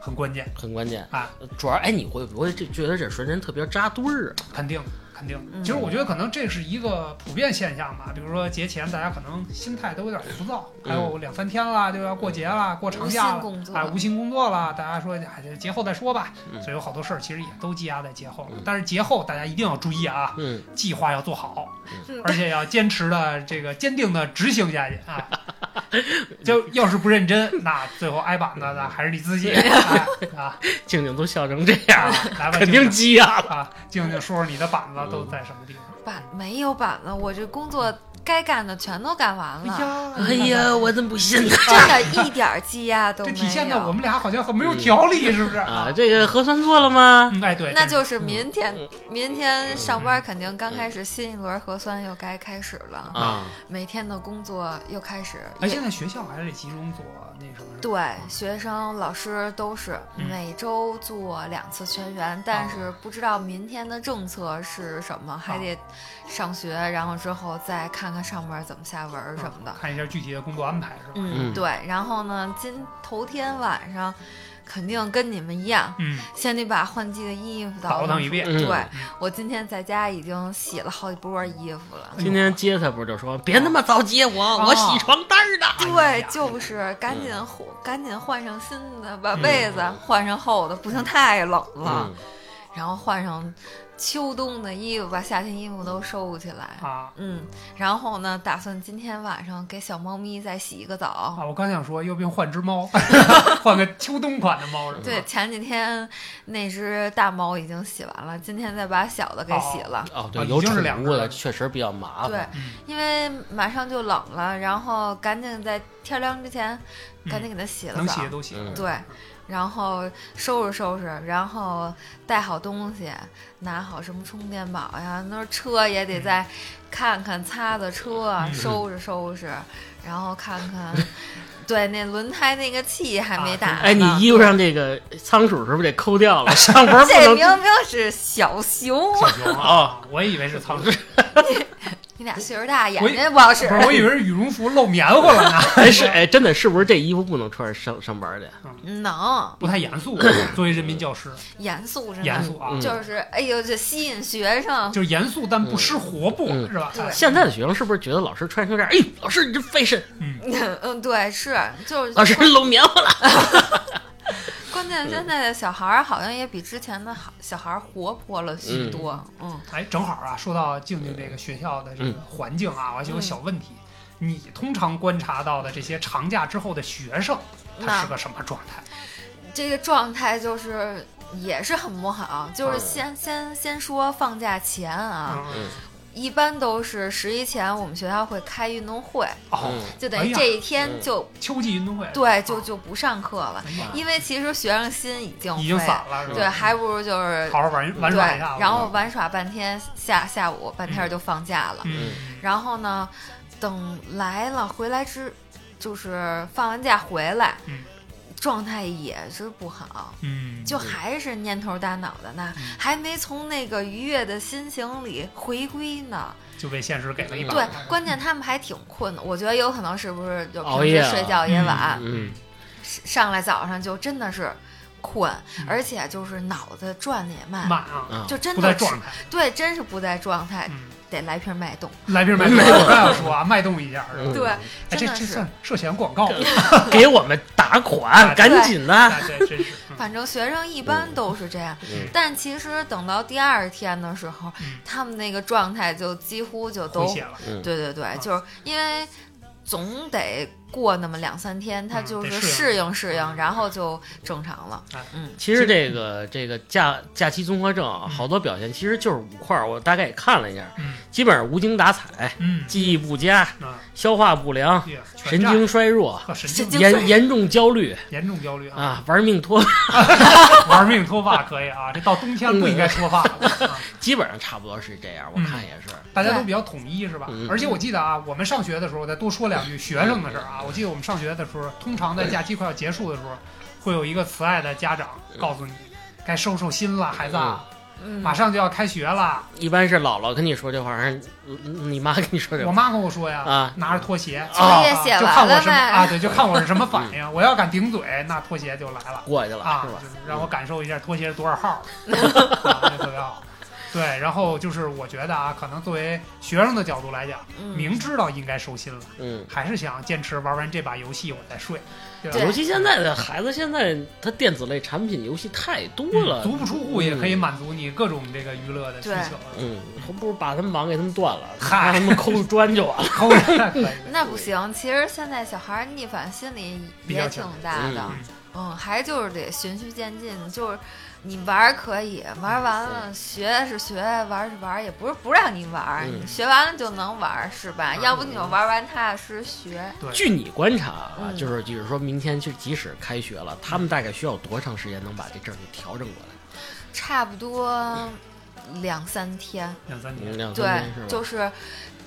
[SPEAKER 1] 很关键，
[SPEAKER 2] 很关键
[SPEAKER 1] 啊。
[SPEAKER 2] 主要哎，你会不会这觉得这纯人特别扎堆儿啊？
[SPEAKER 1] 肯定肯定。
[SPEAKER 3] 嗯
[SPEAKER 1] 其实我觉得可能这是一个普遍现象吧，比如说节前大家可能心态都有点浮躁，
[SPEAKER 2] 嗯
[SPEAKER 1] 还有两三天啦就要过节啦，过长
[SPEAKER 3] 无心
[SPEAKER 1] 假了，
[SPEAKER 3] 工作
[SPEAKER 1] 啊，无心工作了，大家说哎，这节后再说吧，
[SPEAKER 2] 嗯
[SPEAKER 1] 所以有好多事儿其实也都积压在节后了
[SPEAKER 2] 嗯。
[SPEAKER 1] 但是节后大家一定要注意啊，
[SPEAKER 2] 嗯，
[SPEAKER 1] 计划要做好
[SPEAKER 3] 嗯，
[SPEAKER 1] 而且要坚持的这个坚定的执行下去 啊！就要是不认真，那最后挨板子的还是你自己哎啊！
[SPEAKER 2] 静静都笑成这
[SPEAKER 1] 啊
[SPEAKER 2] 样，
[SPEAKER 1] 来吧，
[SPEAKER 2] 肯
[SPEAKER 1] 静
[SPEAKER 2] 定
[SPEAKER 1] 静
[SPEAKER 2] 急呀。
[SPEAKER 1] 啊！静静说说你的板子
[SPEAKER 2] 嗯
[SPEAKER 1] 都在什么地方？
[SPEAKER 3] 板没有板子，我这工作该干的全都干完了，
[SPEAKER 1] 哎
[SPEAKER 2] 哎
[SPEAKER 1] 呀，啊
[SPEAKER 2] 呀，我怎么不信呢？
[SPEAKER 3] 真的一点儿积压都
[SPEAKER 1] 这
[SPEAKER 3] 没
[SPEAKER 1] 体现在我
[SPEAKER 3] 有。
[SPEAKER 1] 们俩好像很没有条理，是不是
[SPEAKER 2] 嗯啊，？这个核酸做了吗？
[SPEAKER 1] 嗯哎，对，
[SPEAKER 3] 那
[SPEAKER 1] 真是
[SPEAKER 3] 就是明天，明天上班肯定刚开始，新一轮核酸又该开始
[SPEAKER 1] 嗯
[SPEAKER 3] 了，
[SPEAKER 2] 啊，
[SPEAKER 3] 每天的工作又开始。
[SPEAKER 1] 哎，
[SPEAKER 3] 也
[SPEAKER 1] 现在学校还是得集中做那什么？
[SPEAKER 3] 对，学生、老师都是
[SPEAKER 1] 嗯
[SPEAKER 3] 每周做两次全员，但是不知道明天的政策是什么，还得上学，然后之后再看看上面怎么下文儿
[SPEAKER 1] 嗯
[SPEAKER 3] 什么的。
[SPEAKER 1] 看一下具体的工作安排是吧？
[SPEAKER 2] 嗯
[SPEAKER 3] 嗯，对。然后呢，今头天晚上肯定跟你们一样，
[SPEAKER 1] 嗯，
[SPEAKER 3] 先得把换季的衣服
[SPEAKER 1] 倒腾一
[SPEAKER 3] 出
[SPEAKER 1] 遍
[SPEAKER 2] 嗯
[SPEAKER 3] 对我今天在家已经洗了好几波
[SPEAKER 1] 嗯
[SPEAKER 3] 衣服了。
[SPEAKER 2] 今天接他不是就说别那么早接我，
[SPEAKER 1] 啊
[SPEAKER 2] 我洗床单儿呢。
[SPEAKER 1] 哎
[SPEAKER 3] 对
[SPEAKER 1] 呀，嗯
[SPEAKER 3] 就是赶紧换，赶紧换上新
[SPEAKER 1] 嗯
[SPEAKER 3] 的，把被子换上厚的，不行太冷了。
[SPEAKER 2] 嗯
[SPEAKER 3] 然后换上秋冬的衣服把夏天衣服都收起来。
[SPEAKER 1] 啊
[SPEAKER 3] 嗯，然后呢，打算今天晚上给小猫咪再洗一个澡。
[SPEAKER 1] 啊！我刚想说，要不要换 只猫，换个秋冬款的嗯猫是吧？
[SPEAKER 3] 对，前几天那只大猫已经洗完了，今天再把小的给洗了。
[SPEAKER 2] 哦，
[SPEAKER 1] 啊
[SPEAKER 2] 对，
[SPEAKER 1] 已
[SPEAKER 2] 有
[SPEAKER 1] 经
[SPEAKER 2] 宠
[SPEAKER 1] 是两
[SPEAKER 2] 物
[SPEAKER 1] 个
[SPEAKER 2] 的
[SPEAKER 1] 了
[SPEAKER 2] 确实比较麻
[SPEAKER 3] 对
[SPEAKER 2] 烦。，
[SPEAKER 1] 嗯
[SPEAKER 3] 因为马上就冷了，然后赶紧在天凉之前，赶紧给它洗了
[SPEAKER 1] 嗯能
[SPEAKER 3] 澡
[SPEAKER 1] 洗。的都洗了。
[SPEAKER 2] 嗯
[SPEAKER 3] 对，然后收拾收拾，然后带好东西，拿好什么充电宝呀，那车也得再看看擦擦车，啊
[SPEAKER 1] 嗯
[SPEAKER 3] 收拾收拾，然后看看，对，那轮胎那个气还没
[SPEAKER 1] 啊
[SPEAKER 3] 打呢。
[SPEAKER 2] 哎，你衣服上这个仓鼠是不是得抠掉 了？上班不
[SPEAKER 3] 这
[SPEAKER 2] 能
[SPEAKER 3] 明明是小熊，
[SPEAKER 1] 小熊啊，
[SPEAKER 2] 哦
[SPEAKER 1] 我也以为是 仓鼠，
[SPEAKER 3] 你俩岁数大，眼
[SPEAKER 1] 我以
[SPEAKER 3] 睛不好使
[SPEAKER 1] 不。是，我以为是羽绒服露棉花 了呢。
[SPEAKER 2] 哎是哎，真的是不是这衣服不能穿上上班去？
[SPEAKER 3] 嗯能
[SPEAKER 1] 不太严 肃，作为人民教师，
[SPEAKER 3] 严肃着呢，
[SPEAKER 1] 严肃啊，
[SPEAKER 2] 嗯
[SPEAKER 3] 就是哎呦，这吸引学生。
[SPEAKER 1] 就是严肃但不失活泼，
[SPEAKER 2] 嗯
[SPEAKER 1] 是吧？
[SPEAKER 3] 对
[SPEAKER 2] 现在的学生是不是觉得老师穿成这样？哎，老师你这 fashion，
[SPEAKER 3] 嗯，对，是，就是
[SPEAKER 2] 老师露棉花了。
[SPEAKER 3] 关键现在的小孩儿好像也比之前的好小孩儿活泼了许多，嗯，
[SPEAKER 1] 哎，正好啊，说到静静这个学校的这个环境啊，我还
[SPEAKER 3] 嗯
[SPEAKER 1] 有个小问题，你通常观察到的这些长假之后的学生，他是
[SPEAKER 3] 那
[SPEAKER 1] 个什么状态？
[SPEAKER 3] 这个状态就是也是很不好，就是
[SPEAKER 2] 嗯
[SPEAKER 3] 先、先先说放假前啊，
[SPEAKER 1] 嗯，
[SPEAKER 3] 一般都是十一前我们学校会开运动会，
[SPEAKER 1] 哦，
[SPEAKER 2] 嗯
[SPEAKER 3] 就
[SPEAKER 1] 哎
[SPEAKER 3] 等于
[SPEAKER 1] 呀
[SPEAKER 3] 这一天就、
[SPEAKER 1] 秋季运动会，
[SPEAKER 3] 对就就不上课了，
[SPEAKER 1] 哎呀
[SPEAKER 3] 因为其实学生心已经
[SPEAKER 1] 已经
[SPEAKER 3] 飞了
[SPEAKER 1] 散了，是吧？
[SPEAKER 3] 对，还不如就是
[SPEAKER 1] 好好玩玩
[SPEAKER 3] 对
[SPEAKER 1] 耍一下，，嗯
[SPEAKER 3] 然后玩耍半天，下下午半天就放假了。
[SPEAKER 1] 嗯，
[SPEAKER 3] 然后呢，等来了回来之，就是放完假回来，
[SPEAKER 1] 嗯
[SPEAKER 3] 状态也是不好，
[SPEAKER 1] 嗯，
[SPEAKER 3] 就还是蔫头大脑的呢，
[SPEAKER 1] 嗯
[SPEAKER 3] 还没从那个愉悦的心情里回归呢。
[SPEAKER 1] 就被现实给了一把，
[SPEAKER 3] 对，关键他们还挺困的，我觉得有可能是不是就
[SPEAKER 2] 熬
[SPEAKER 3] 平
[SPEAKER 2] 夜
[SPEAKER 1] 啊
[SPEAKER 3] 时
[SPEAKER 2] 了
[SPEAKER 3] 睡觉也晚，
[SPEAKER 2] 嗯，
[SPEAKER 3] 上来早上就真的是困，
[SPEAKER 1] 嗯
[SPEAKER 3] 而且就是脑子转的也慢。
[SPEAKER 1] 慢啊，
[SPEAKER 2] 啊，
[SPEAKER 3] 就真
[SPEAKER 1] 不在
[SPEAKER 3] 的是
[SPEAKER 1] 状态，
[SPEAKER 3] 对，真是不在状态，
[SPEAKER 1] 嗯，
[SPEAKER 3] 得来瓶脉动。
[SPEAKER 1] 来瓶麦动，我刚要说啊，脉动一下，是吧？
[SPEAKER 3] 对，
[SPEAKER 1] 哎，
[SPEAKER 3] 真
[SPEAKER 1] 这
[SPEAKER 3] 的
[SPEAKER 1] 这
[SPEAKER 3] 是
[SPEAKER 1] 算涉嫌广告吗？
[SPEAKER 2] 给我们打款，赶紧的。
[SPEAKER 1] 啊，对，真是， 嗯
[SPEAKER 3] 反正学生一般都是这样，
[SPEAKER 2] 嗯
[SPEAKER 3] 但其实等到第二天的时候，
[SPEAKER 1] 嗯
[SPEAKER 3] 他们那个状态就几乎就都
[SPEAKER 1] 回，血了，啊
[SPEAKER 2] 嗯，
[SPEAKER 3] 对对对，就是因为总得过那么两三天，他
[SPEAKER 1] 嗯
[SPEAKER 3] 就
[SPEAKER 1] 得
[SPEAKER 3] 是
[SPEAKER 1] 适
[SPEAKER 3] 适
[SPEAKER 1] 应嗯
[SPEAKER 3] 应适应，然后就正常了
[SPEAKER 1] 哎。
[SPEAKER 3] 嗯，
[SPEAKER 2] 其实这个这个假假期综合症啊，
[SPEAKER 1] 嗯
[SPEAKER 2] 好多表现其实就是五块儿，我大概也看了一下，
[SPEAKER 1] 嗯
[SPEAKER 2] 基本上无精打采、
[SPEAKER 1] 嗯，
[SPEAKER 2] 记忆不佳、
[SPEAKER 1] 啊，
[SPEAKER 2] 消化不良、
[SPEAKER 1] 对全
[SPEAKER 2] 神
[SPEAKER 1] 占
[SPEAKER 2] 经衰弱、嗯
[SPEAKER 1] 呵神
[SPEAKER 3] 神
[SPEAKER 1] 经
[SPEAKER 3] 经
[SPEAKER 2] 严
[SPEAKER 3] 衰
[SPEAKER 2] 严重焦虑
[SPEAKER 1] 严重焦虑啊，
[SPEAKER 2] 啊，玩命脱，
[SPEAKER 1] 玩命脱发可以啊，这到冬天不应该脱发了，啊
[SPEAKER 2] 基本上差不多是这样，我
[SPEAKER 1] 嗯
[SPEAKER 2] 看也是。
[SPEAKER 1] 大家都比较统一是吧
[SPEAKER 2] 嗯？
[SPEAKER 1] 而且我记得啊，我们上学的时候，我再多说两句学生的事儿啊，我记得我们上学的时候，通常在假期快要结束的时候，会有一个慈爱的家长告诉你。该收收心了，孩子啊，
[SPEAKER 3] 嗯，
[SPEAKER 1] 马上就要开学了。
[SPEAKER 2] 一般是姥姥跟你说这玩意儿，嗯你妈跟你说这
[SPEAKER 1] 我
[SPEAKER 2] 玩
[SPEAKER 1] 妈跟我说呀，
[SPEAKER 2] 啊
[SPEAKER 1] 拿着拖鞋，
[SPEAKER 2] 作
[SPEAKER 1] 啊
[SPEAKER 3] 业写
[SPEAKER 1] 就
[SPEAKER 3] 完
[SPEAKER 1] 看我
[SPEAKER 3] 了
[SPEAKER 1] 什么
[SPEAKER 3] 呗
[SPEAKER 1] 啊？对，就看我是什么反应。我要敢顶嘴，那拖鞋就来了。
[SPEAKER 2] 意儿过去了，
[SPEAKER 1] 啊
[SPEAKER 2] 是吧？，
[SPEAKER 1] 让我感受一下拖鞋是多少号， 啊那特别好。对，然后就是我觉得啊，可能作为学生的角度来讲，
[SPEAKER 3] 嗯
[SPEAKER 1] 明知道应该收心了，
[SPEAKER 2] 嗯。
[SPEAKER 1] 还是想坚持玩完这把游戏我再睡，对吧？
[SPEAKER 2] 尤其现在的孩子，现在他电子类产品、游戏太多
[SPEAKER 1] 嗯
[SPEAKER 2] 了，
[SPEAKER 1] 足不出户也可以满足你各种这个娱乐的需求，
[SPEAKER 2] 嗯，还不如把他们网给他们断了，
[SPEAKER 1] 嗨
[SPEAKER 2] 让他们抠砖 就完了。
[SPEAKER 1] 抠着可以。
[SPEAKER 3] 那不行，其实现在小孩儿逆反心理
[SPEAKER 1] 比较
[SPEAKER 3] 也挺
[SPEAKER 1] 强
[SPEAKER 3] 大的，
[SPEAKER 1] 嗯
[SPEAKER 3] 嗯，还就是得循序渐进，就是你玩儿可以玩儿完
[SPEAKER 1] 嗯
[SPEAKER 3] 了，学是学，玩儿是玩儿，也不是不让你玩儿，
[SPEAKER 2] 嗯
[SPEAKER 3] 你学完了就能玩儿是吧？
[SPEAKER 1] 嗯
[SPEAKER 3] 要不你就玩儿完踏踏实实学。
[SPEAKER 2] 据你观察啊，
[SPEAKER 3] 嗯
[SPEAKER 2] 就是就是说明天就即使开学了，他们大概需要多长时间能把这症给调整过来？
[SPEAKER 3] 差不多两三天，
[SPEAKER 1] 两三
[SPEAKER 2] 嗯
[SPEAKER 1] 年，
[SPEAKER 2] 两
[SPEAKER 3] 对
[SPEAKER 2] 三天是，吧？
[SPEAKER 3] 就是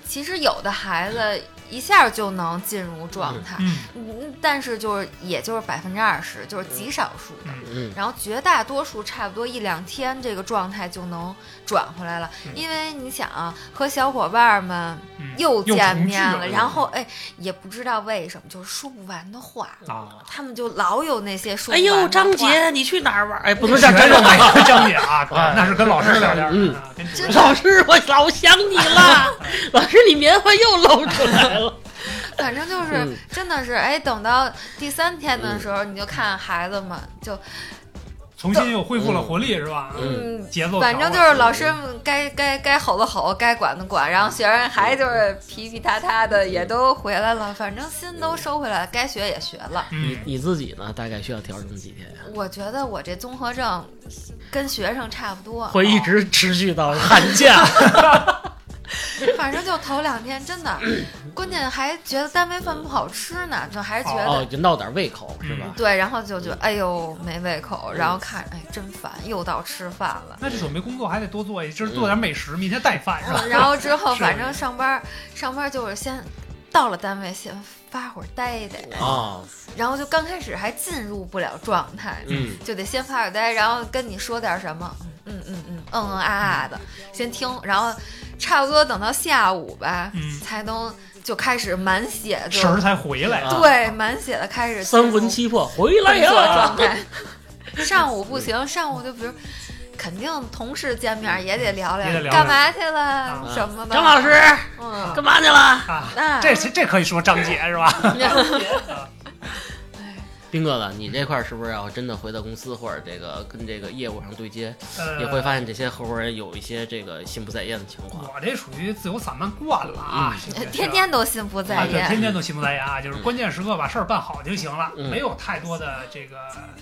[SPEAKER 3] 其实有的孩子一下就能进入状态，
[SPEAKER 1] 嗯
[SPEAKER 3] 嗯，但是就是也就是百分之二十，就是极少数的。
[SPEAKER 1] 嗯
[SPEAKER 2] 嗯
[SPEAKER 3] 然后绝大多数差不多一两天，这个状态就能转回来了。
[SPEAKER 1] 嗯
[SPEAKER 3] 因为你想啊，和小伙伴们
[SPEAKER 1] 嗯，
[SPEAKER 3] 又见
[SPEAKER 1] 重聚
[SPEAKER 3] 面
[SPEAKER 1] 了
[SPEAKER 3] 然后哎，也不知道为什么，就是说不完的话，
[SPEAKER 1] 啊，
[SPEAKER 3] 他们就老有那些说
[SPEAKER 2] 哎
[SPEAKER 3] 不完的话。
[SPEAKER 2] 呦，张杰，你去哪儿玩？哎，不能
[SPEAKER 1] 学
[SPEAKER 2] 叫张
[SPEAKER 1] 生
[SPEAKER 2] 杰，
[SPEAKER 1] 没张姐啊，
[SPEAKER 2] 哎
[SPEAKER 1] 那是跟老师聊天儿，
[SPEAKER 2] 嗯
[SPEAKER 1] 啊，跟主
[SPEAKER 3] 真
[SPEAKER 1] 任
[SPEAKER 3] 的
[SPEAKER 2] 老师，我老想你了。 老师，你棉花又露出来了。
[SPEAKER 3] 反正就是
[SPEAKER 2] 嗯
[SPEAKER 3] 真的是哎，等到第三天的时候，你就看孩子们就
[SPEAKER 1] 重新又恢复了活力，是吧？
[SPEAKER 3] 嗯，
[SPEAKER 1] 节奏
[SPEAKER 3] 反正
[SPEAKER 1] 调
[SPEAKER 3] 就
[SPEAKER 1] 了
[SPEAKER 3] 是老师们该该该吼的吼，该管的管，然后学生还就是皮皮塌塌的也都回来了，反正心都收回来了，该学也学了。
[SPEAKER 2] 你
[SPEAKER 1] 嗯，
[SPEAKER 2] 你自己呢？大概需要调整几天啊呀？
[SPEAKER 3] 我觉得我这综合症跟学生差不多，
[SPEAKER 2] 会一直持续到寒假。
[SPEAKER 3] 反正就头两天真的，关键还觉得单位饭不好吃呢，就还是觉得
[SPEAKER 2] 哦，就闹点胃口是吧？
[SPEAKER 3] 对，然后就觉得哎呦没胃口，然后看哎真烦，又到吃饭了。
[SPEAKER 1] 那这准备工作还得多做一，就是做点美食，明天带饭 是吧？
[SPEAKER 3] 嗯然后之后
[SPEAKER 1] 是
[SPEAKER 3] 反正上班上班就是先到了单位先发会儿呆呆，
[SPEAKER 2] 哦，
[SPEAKER 3] 然后就刚开始还进入不了状态，
[SPEAKER 2] 嗯，
[SPEAKER 3] 就得先发会儿呆，然后跟你说点什么，嗯嗯嗯嗯嗯啊啊的，先听，然后差不多等到下午吧，
[SPEAKER 1] 嗯
[SPEAKER 3] 才能就开始满血就
[SPEAKER 1] 神儿才回来
[SPEAKER 2] 啊
[SPEAKER 3] 对满血的开始
[SPEAKER 2] 三魂七啊魄回来
[SPEAKER 3] 工作状
[SPEAKER 2] 呀！
[SPEAKER 3] 态。上午不行，上午就比如。肯定同事见面也得聊
[SPEAKER 1] 也得聊聊
[SPEAKER 3] 干嘛去了
[SPEAKER 1] 啊
[SPEAKER 3] 什么的。
[SPEAKER 2] 张老师，
[SPEAKER 3] 嗯，
[SPEAKER 2] 干嘛去了？
[SPEAKER 1] 啊。
[SPEAKER 3] 那
[SPEAKER 1] 这这可以说张姐 是吧？
[SPEAKER 2] 斌哥子，你这块儿是不是要真的回到公司或者这个跟这个业务上对接，
[SPEAKER 1] 呃
[SPEAKER 2] 也会发现这些合伙人有一些这个心不在焉的情况？
[SPEAKER 1] 我这属于自由散漫惯了啊，这个
[SPEAKER 3] 天嗯哎天都心不在嗯
[SPEAKER 1] 啊，对，
[SPEAKER 3] 焉。
[SPEAKER 1] 天天都心不在焉啊，就是关键时刻把事儿办好就行了，
[SPEAKER 2] 嗯
[SPEAKER 1] 没有太多的这个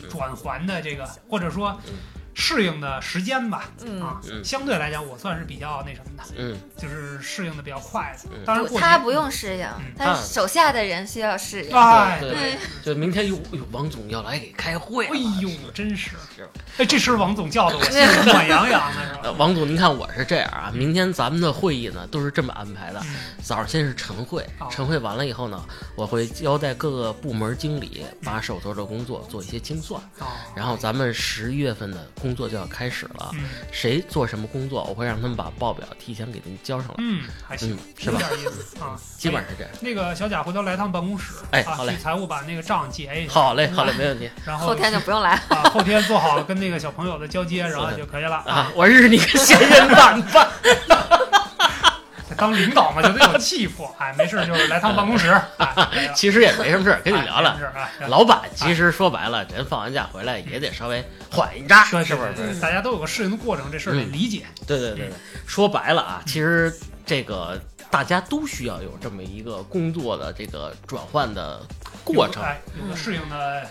[SPEAKER 1] 转环的这个，或者说
[SPEAKER 2] 嗯
[SPEAKER 1] 适应的时间吧。
[SPEAKER 3] 嗯，
[SPEAKER 1] 啊，
[SPEAKER 2] 嗯
[SPEAKER 1] 相对来讲，我算是比较那什么的，
[SPEAKER 2] 嗯，
[SPEAKER 1] 就是适应的比较快的
[SPEAKER 2] 嗯。
[SPEAKER 1] 当然过去，
[SPEAKER 3] 他不用适应
[SPEAKER 1] 嗯，
[SPEAKER 3] 但是手下的人需要适应。嗯
[SPEAKER 1] 哎，
[SPEAKER 2] 对
[SPEAKER 1] 对，
[SPEAKER 2] 就明天有有王总要来给开会了。啊
[SPEAKER 1] 哎呦，真是
[SPEAKER 2] 是，
[SPEAKER 1] 哎，这是王总叫的我心里暖洋洋的，是
[SPEAKER 2] 呃，
[SPEAKER 1] 吧？
[SPEAKER 2] 王总，您看我是这样啊，明天咱们的会议呢都是这么安排的，
[SPEAKER 1] 嗯
[SPEAKER 2] 早上先是晨会
[SPEAKER 1] 哦，
[SPEAKER 2] 晨会完了以后呢，我会交代各个部门经理把手头的工作做一些清算，
[SPEAKER 1] 哦，
[SPEAKER 2] 然后咱们十一月份的工作就要开始了，
[SPEAKER 1] 嗯
[SPEAKER 2] 谁做什么工作，我会让他们把报表提前给您交上来，
[SPEAKER 1] 嗯，还行
[SPEAKER 2] 嗯，是吧
[SPEAKER 1] 有点意思啊，
[SPEAKER 2] 基本上是这样。
[SPEAKER 1] 那个小贾回头来趟办公室，
[SPEAKER 2] 哎
[SPEAKER 1] 啊
[SPEAKER 2] 好嘞
[SPEAKER 1] 去财务把那个账结一下，
[SPEAKER 2] 好嘞，好嘞，没问题
[SPEAKER 1] 然后
[SPEAKER 3] 后天就不用来了。
[SPEAKER 1] 啊，后天做好跟那个小朋友的交接，然后就可以了
[SPEAKER 2] 啊！我日你个闲人板板！
[SPEAKER 1] 当领导嘛，就得有气魄。哎，没事就是来趟办 公室，哎，可以了
[SPEAKER 2] 其实也没什么事儿，跟你聊聊
[SPEAKER 1] 哎没。事啊，哎
[SPEAKER 2] 老板其实说白了，人放完假回来也得稍微缓一扎，
[SPEAKER 1] 对
[SPEAKER 2] 是不
[SPEAKER 1] 对对
[SPEAKER 2] 是？嗯
[SPEAKER 1] 对大家都有个适应的过程，这事儿得理解。
[SPEAKER 2] 对对对对，说白了啊，其实这个大家都需要有这么一个工作的这个转换的过程
[SPEAKER 1] 有，哎，
[SPEAKER 3] 嗯
[SPEAKER 1] 有个适应的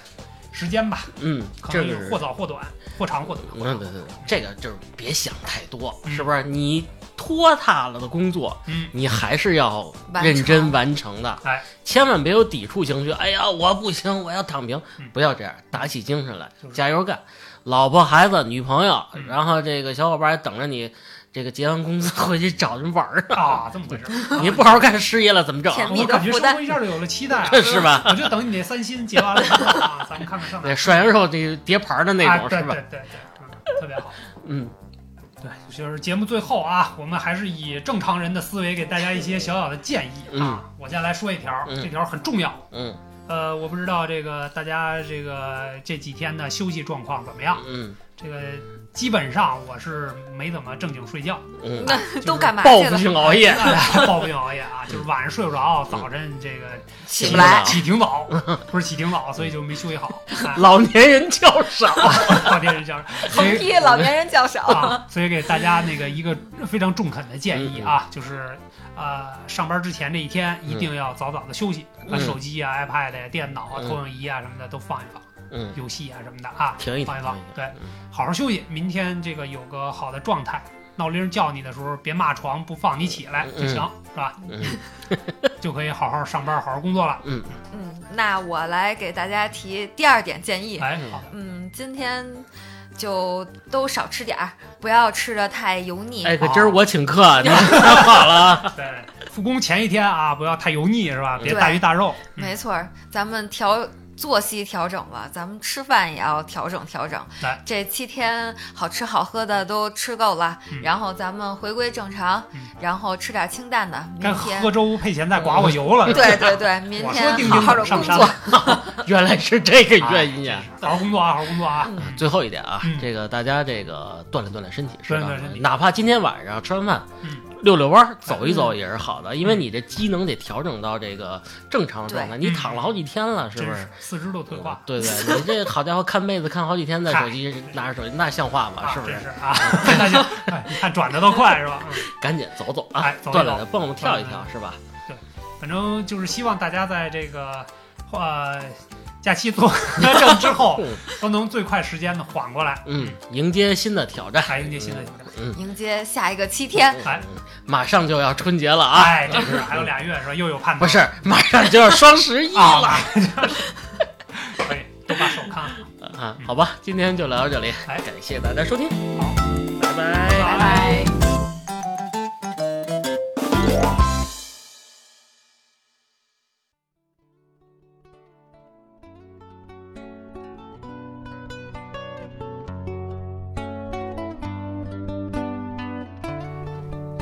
[SPEAKER 1] 时间吧，
[SPEAKER 2] 嗯，
[SPEAKER 1] 可
[SPEAKER 2] 这
[SPEAKER 1] 能
[SPEAKER 2] 个
[SPEAKER 1] 有
[SPEAKER 2] 是
[SPEAKER 1] 或。早或短，或长或短。
[SPEAKER 2] 嗯，对对对，这个就是别想太多，
[SPEAKER 1] 嗯
[SPEAKER 2] 是不是？你拖沓了的工作，
[SPEAKER 1] 嗯，
[SPEAKER 2] 你还是要
[SPEAKER 3] 完
[SPEAKER 2] 认真
[SPEAKER 3] 成
[SPEAKER 2] 完成的，
[SPEAKER 1] 哎，
[SPEAKER 2] 千万别有抵触情绪。哎呀，我不行，我要躺平
[SPEAKER 1] 嗯，
[SPEAKER 2] 不要这样，打起精神来
[SPEAKER 1] 就，是
[SPEAKER 2] 加油干。老婆、孩子、女朋友
[SPEAKER 1] 嗯，
[SPEAKER 2] 然后这个小伙伴儿等着你，这个结完工资 回去找人玩儿啊。
[SPEAKER 1] 啊，这么 回事儿。
[SPEAKER 3] 哦
[SPEAKER 2] 你不好好干失业了怎么整啊？
[SPEAKER 3] 甜蜜
[SPEAKER 1] 我感觉
[SPEAKER 3] 负
[SPEAKER 1] 生
[SPEAKER 3] 担
[SPEAKER 1] 活一下就有了期待啊，
[SPEAKER 2] 是吧？
[SPEAKER 1] 我就等你那三星结完了之后啊，咱们看看上哪
[SPEAKER 2] 对，哎涮羊肉这个叠盘的 那种
[SPEAKER 1] 哎
[SPEAKER 2] 是吧
[SPEAKER 1] 对？对对对，嗯特别好。
[SPEAKER 2] 嗯，
[SPEAKER 1] 对，就是节目最后啊，我们还是以正常人的思维给大家一些小小的建议啊。我先来说一条，
[SPEAKER 2] 嗯
[SPEAKER 1] 这条很重要。
[SPEAKER 2] 嗯
[SPEAKER 1] 呃，我不知道这个大家这个这几天的休息状况怎么样？
[SPEAKER 2] 嗯
[SPEAKER 1] 这个基本上我是没怎么正经睡 觉，
[SPEAKER 2] 嗯，
[SPEAKER 3] 那
[SPEAKER 1] 就是
[SPEAKER 3] 都干嘛
[SPEAKER 2] 报
[SPEAKER 3] 去
[SPEAKER 2] 复
[SPEAKER 3] 了？
[SPEAKER 2] 性熬夜，
[SPEAKER 1] 哎暴病熬夜啊，就是晚上睡不着，早晨这个
[SPEAKER 3] 起
[SPEAKER 2] 不
[SPEAKER 1] 挺
[SPEAKER 2] 来
[SPEAKER 1] 起挺早，不是起挺早，所以就没休息 好。哎
[SPEAKER 2] 老年人较少。
[SPEAKER 1] 老天人 教，
[SPEAKER 3] 横批：老年人较少。
[SPEAKER 1] 啊，所以给大家那个一个非常中肯的建议
[SPEAKER 2] 嗯
[SPEAKER 1] 啊，就是呃，上班之前这一天一定要早早的休息，把
[SPEAKER 2] 嗯
[SPEAKER 1] 手机啊、iPad 呀、电脑啊、
[SPEAKER 2] 嗯
[SPEAKER 1] 投影仪啊什么的都放一放，
[SPEAKER 2] 嗯，
[SPEAKER 1] 游戏啊什么的啊，
[SPEAKER 2] 停一嗯停
[SPEAKER 1] 放一放，
[SPEAKER 2] 停
[SPEAKER 1] 对，好好休息。明天这个有个好的状态，闹铃叫你的时候别骂床不放你起来就行，是吧？
[SPEAKER 2] 嗯
[SPEAKER 1] 就可以好好上班，好好工作了。
[SPEAKER 3] 嗯，那我来给大家提第二点建议。
[SPEAKER 1] 哎，
[SPEAKER 2] 嗯
[SPEAKER 1] 好的，
[SPEAKER 3] 嗯，今天就都少吃点儿，不要吃的太油腻。
[SPEAKER 2] 哎，可今儿我请客， 你太好了啊。
[SPEAKER 1] 对，复工前一天啊，不要太油腻，是吧？别
[SPEAKER 3] 对
[SPEAKER 1] 大鱼大肉。嗯
[SPEAKER 3] 没错儿，咱们调作息调整了，咱们吃饭也要调整调整
[SPEAKER 1] 来。
[SPEAKER 3] 这七天好吃好喝的都吃够了，
[SPEAKER 1] 嗯
[SPEAKER 3] 然后咱们回归正常，
[SPEAKER 1] 嗯
[SPEAKER 3] 然后吃点清淡的。
[SPEAKER 1] 该
[SPEAKER 3] 明天
[SPEAKER 1] 喝粥配咸菜刮刮油了。是吧
[SPEAKER 3] 对对对，明
[SPEAKER 1] 我说
[SPEAKER 3] 天
[SPEAKER 1] 定
[SPEAKER 3] 好好的
[SPEAKER 1] 定上
[SPEAKER 3] 工
[SPEAKER 1] 山
[SPEAKER 3] 作
[SPEAKER 1] 了。，
[SPEAKER 2] 原来是这个原因啊。
[SPEAKER 1] 哎好好工作啊，好好工作啊。
[SPEAKER 3] 嗯
[SPEAKER 2] 最后一点啊
[SPEAKER 1] 嗯，
[SPEAKER 2] 这个大家这个锻炼锻炼身体是
[SPEAKER 1] 锻
[SPEAKER 2] 吧
[SPEAKER 1] 炼锻炼身？体
[SPEAKER 2] 哪怕今天晚上吃完饭
[SPEAKER 1] 嗯，
[SPEAKER 2] 遛遛弯儿、走一走也是好的，因为你这机能得调整到这个正常的状态。
[SPEAKER 1] 对
[SPEAKER 2] 你躺了好几天了，是
[SPEAKER 1] 真
[SPEAKER 2] 不
[SPEAKER 1] 是？四肢都退化，
[SPEAKER 2] 对对，你这好家伙看妹子看好几天，在手机拿着手机，那像话吗？
[SPEAKER 1] 啊，
[SPEAKER 2] 是不
[SPEAKER 1] 真
[SPEAKER 2] 是
[SPEAKER 1] 是？啊？ 那就哎你看转的都快是吧？嗯
[SPEAKER 2] 赶紧走走啊
[SPEAKER 1] 哎，走一走嗯
[SPEAKER 2] 锻炼的蹦蹦跳一跳，是吧？
[SPEAKER 1] 反正就是希望大家在这个呃假期 做 证之后，都能最快时间的缓过来，
[SPEAKER 2] 嗯，迎接新的挑战，
[SPEAKER 1] 还迎接新的挑战。
[SPEAKER 2] 嗯，
[SPEAKER 3] 迎接下一个七天，
[SPEAKER 1] 哎
[SPEAKER 2] 嗯，马上就要春节了啊！
[SPEAKER 1] 哎，真是还有俩月是吧？又有盼头，
[SPEAKER 2] 不是，马上就要双十一了
[SPEAKER 1] 啊， 可以都把手看好。
[SPEAKER 2] 啊！好吧，今天就聊到这里，
[SPEAKER 1] 哎
[SPEAKER 2] 感谢大家收听，
[SPEAKER 1] 好，啊
[SPEAKER 2] 拜拜。
[SPEAKER 3] 拜拜。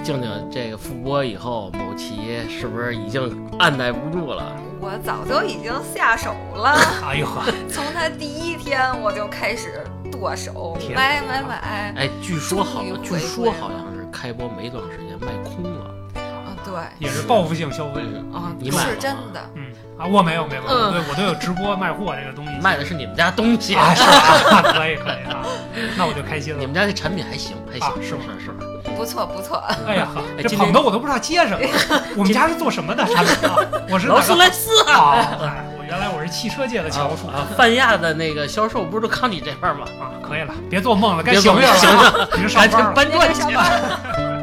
[SPEAKER 2] 静静这个复播以后，某期是不是已经按耐不住了？
[SPEAKER 3] 我早就已经下手了，
[SPEAKER 1] 哎呦呵，
[SPEAKER 3] 从他第一天我就开始剁手
[SPEAKER 1] 天，哪
[SPEAKER 3] 买买买。
[SPEAKER 2] 哎，据说好，
[SPEAKER 3] 终于
[SPEAKER 2] 据
[SPEAKER 3] 回归
[SPEAKER 2] 说
[SPEAKER 3] 了
[SPEAKER 2] 好像是开播没多长时间卖空了。
[SPEAKER 3] 啊，对，
[SPEAKER 1] 也是报复性消费。
[SPEAKER 3] 啊，
[SPEAKER 2] 你买了
[SPEAKER 3] 是
[SPEAKER 2] 吗
[SPEAKER 3] 真的。
[SPEAKER 1] 嗯啊，我没有没有，
[SPEAKER 3] 嗯
[SPEAKER 1] 我对我都有直播卖货这个东西。
[SPEAKER 2] 卖的是你们家东西，
[SPEAKER 1] 啊，是吧？ 可以可以啊，那我就开心
[SPEAKER 2] 你
[SPEAKER 1] 了。
[SPEAKER 2] 们家这产品还行，还
[SPEAKER 1] 啊
[SPEAKER 2] 行，是不是？是不是？
[SPEAKER 3] 不错不错，
[SPEAKER 1] 哎呀，呵
[SPEAKER 2] 哎
[SPEAKER 1] 这
[SPEAKER 2] 今
[SPEAKER 1] 捧
[SPEAKER 2] 天
[SPEAKER 1] 的我都不知道接什么。 我们家是做什么的产品啊？我是哪
[SPEAKER 2] 劳
[SPEAKER 1] 个
[SPEAKER 2] 斯莱斯啊
[SPEAKER 1] 啊，哎我原来我是汽车界的翘楚
[SPEAKER 2] 啊！泛亚的那个销售不是都靠你这块儿吗？
[SPEAKER 1] 啊，可以了，别做梦了，该
[SPEAKER 2] 别
[SPEAKER 1] 醒
[SPEAKER 2] 做
[SPEAKER 1] 醒
[SPEAKER 2] 梦
[SPEAKER 1] 了啊，你是上
[SPEAKER 2] 赶紧
[SPEAKER 1] 班了。
[SPEAKER 2] 搬
[SPEAKER 3] 别
[SPEAKER 2] 砖
[SPEAKER 3] 跟
[SPEAKER 2] 去
[SPEAKER 3] 上。班了。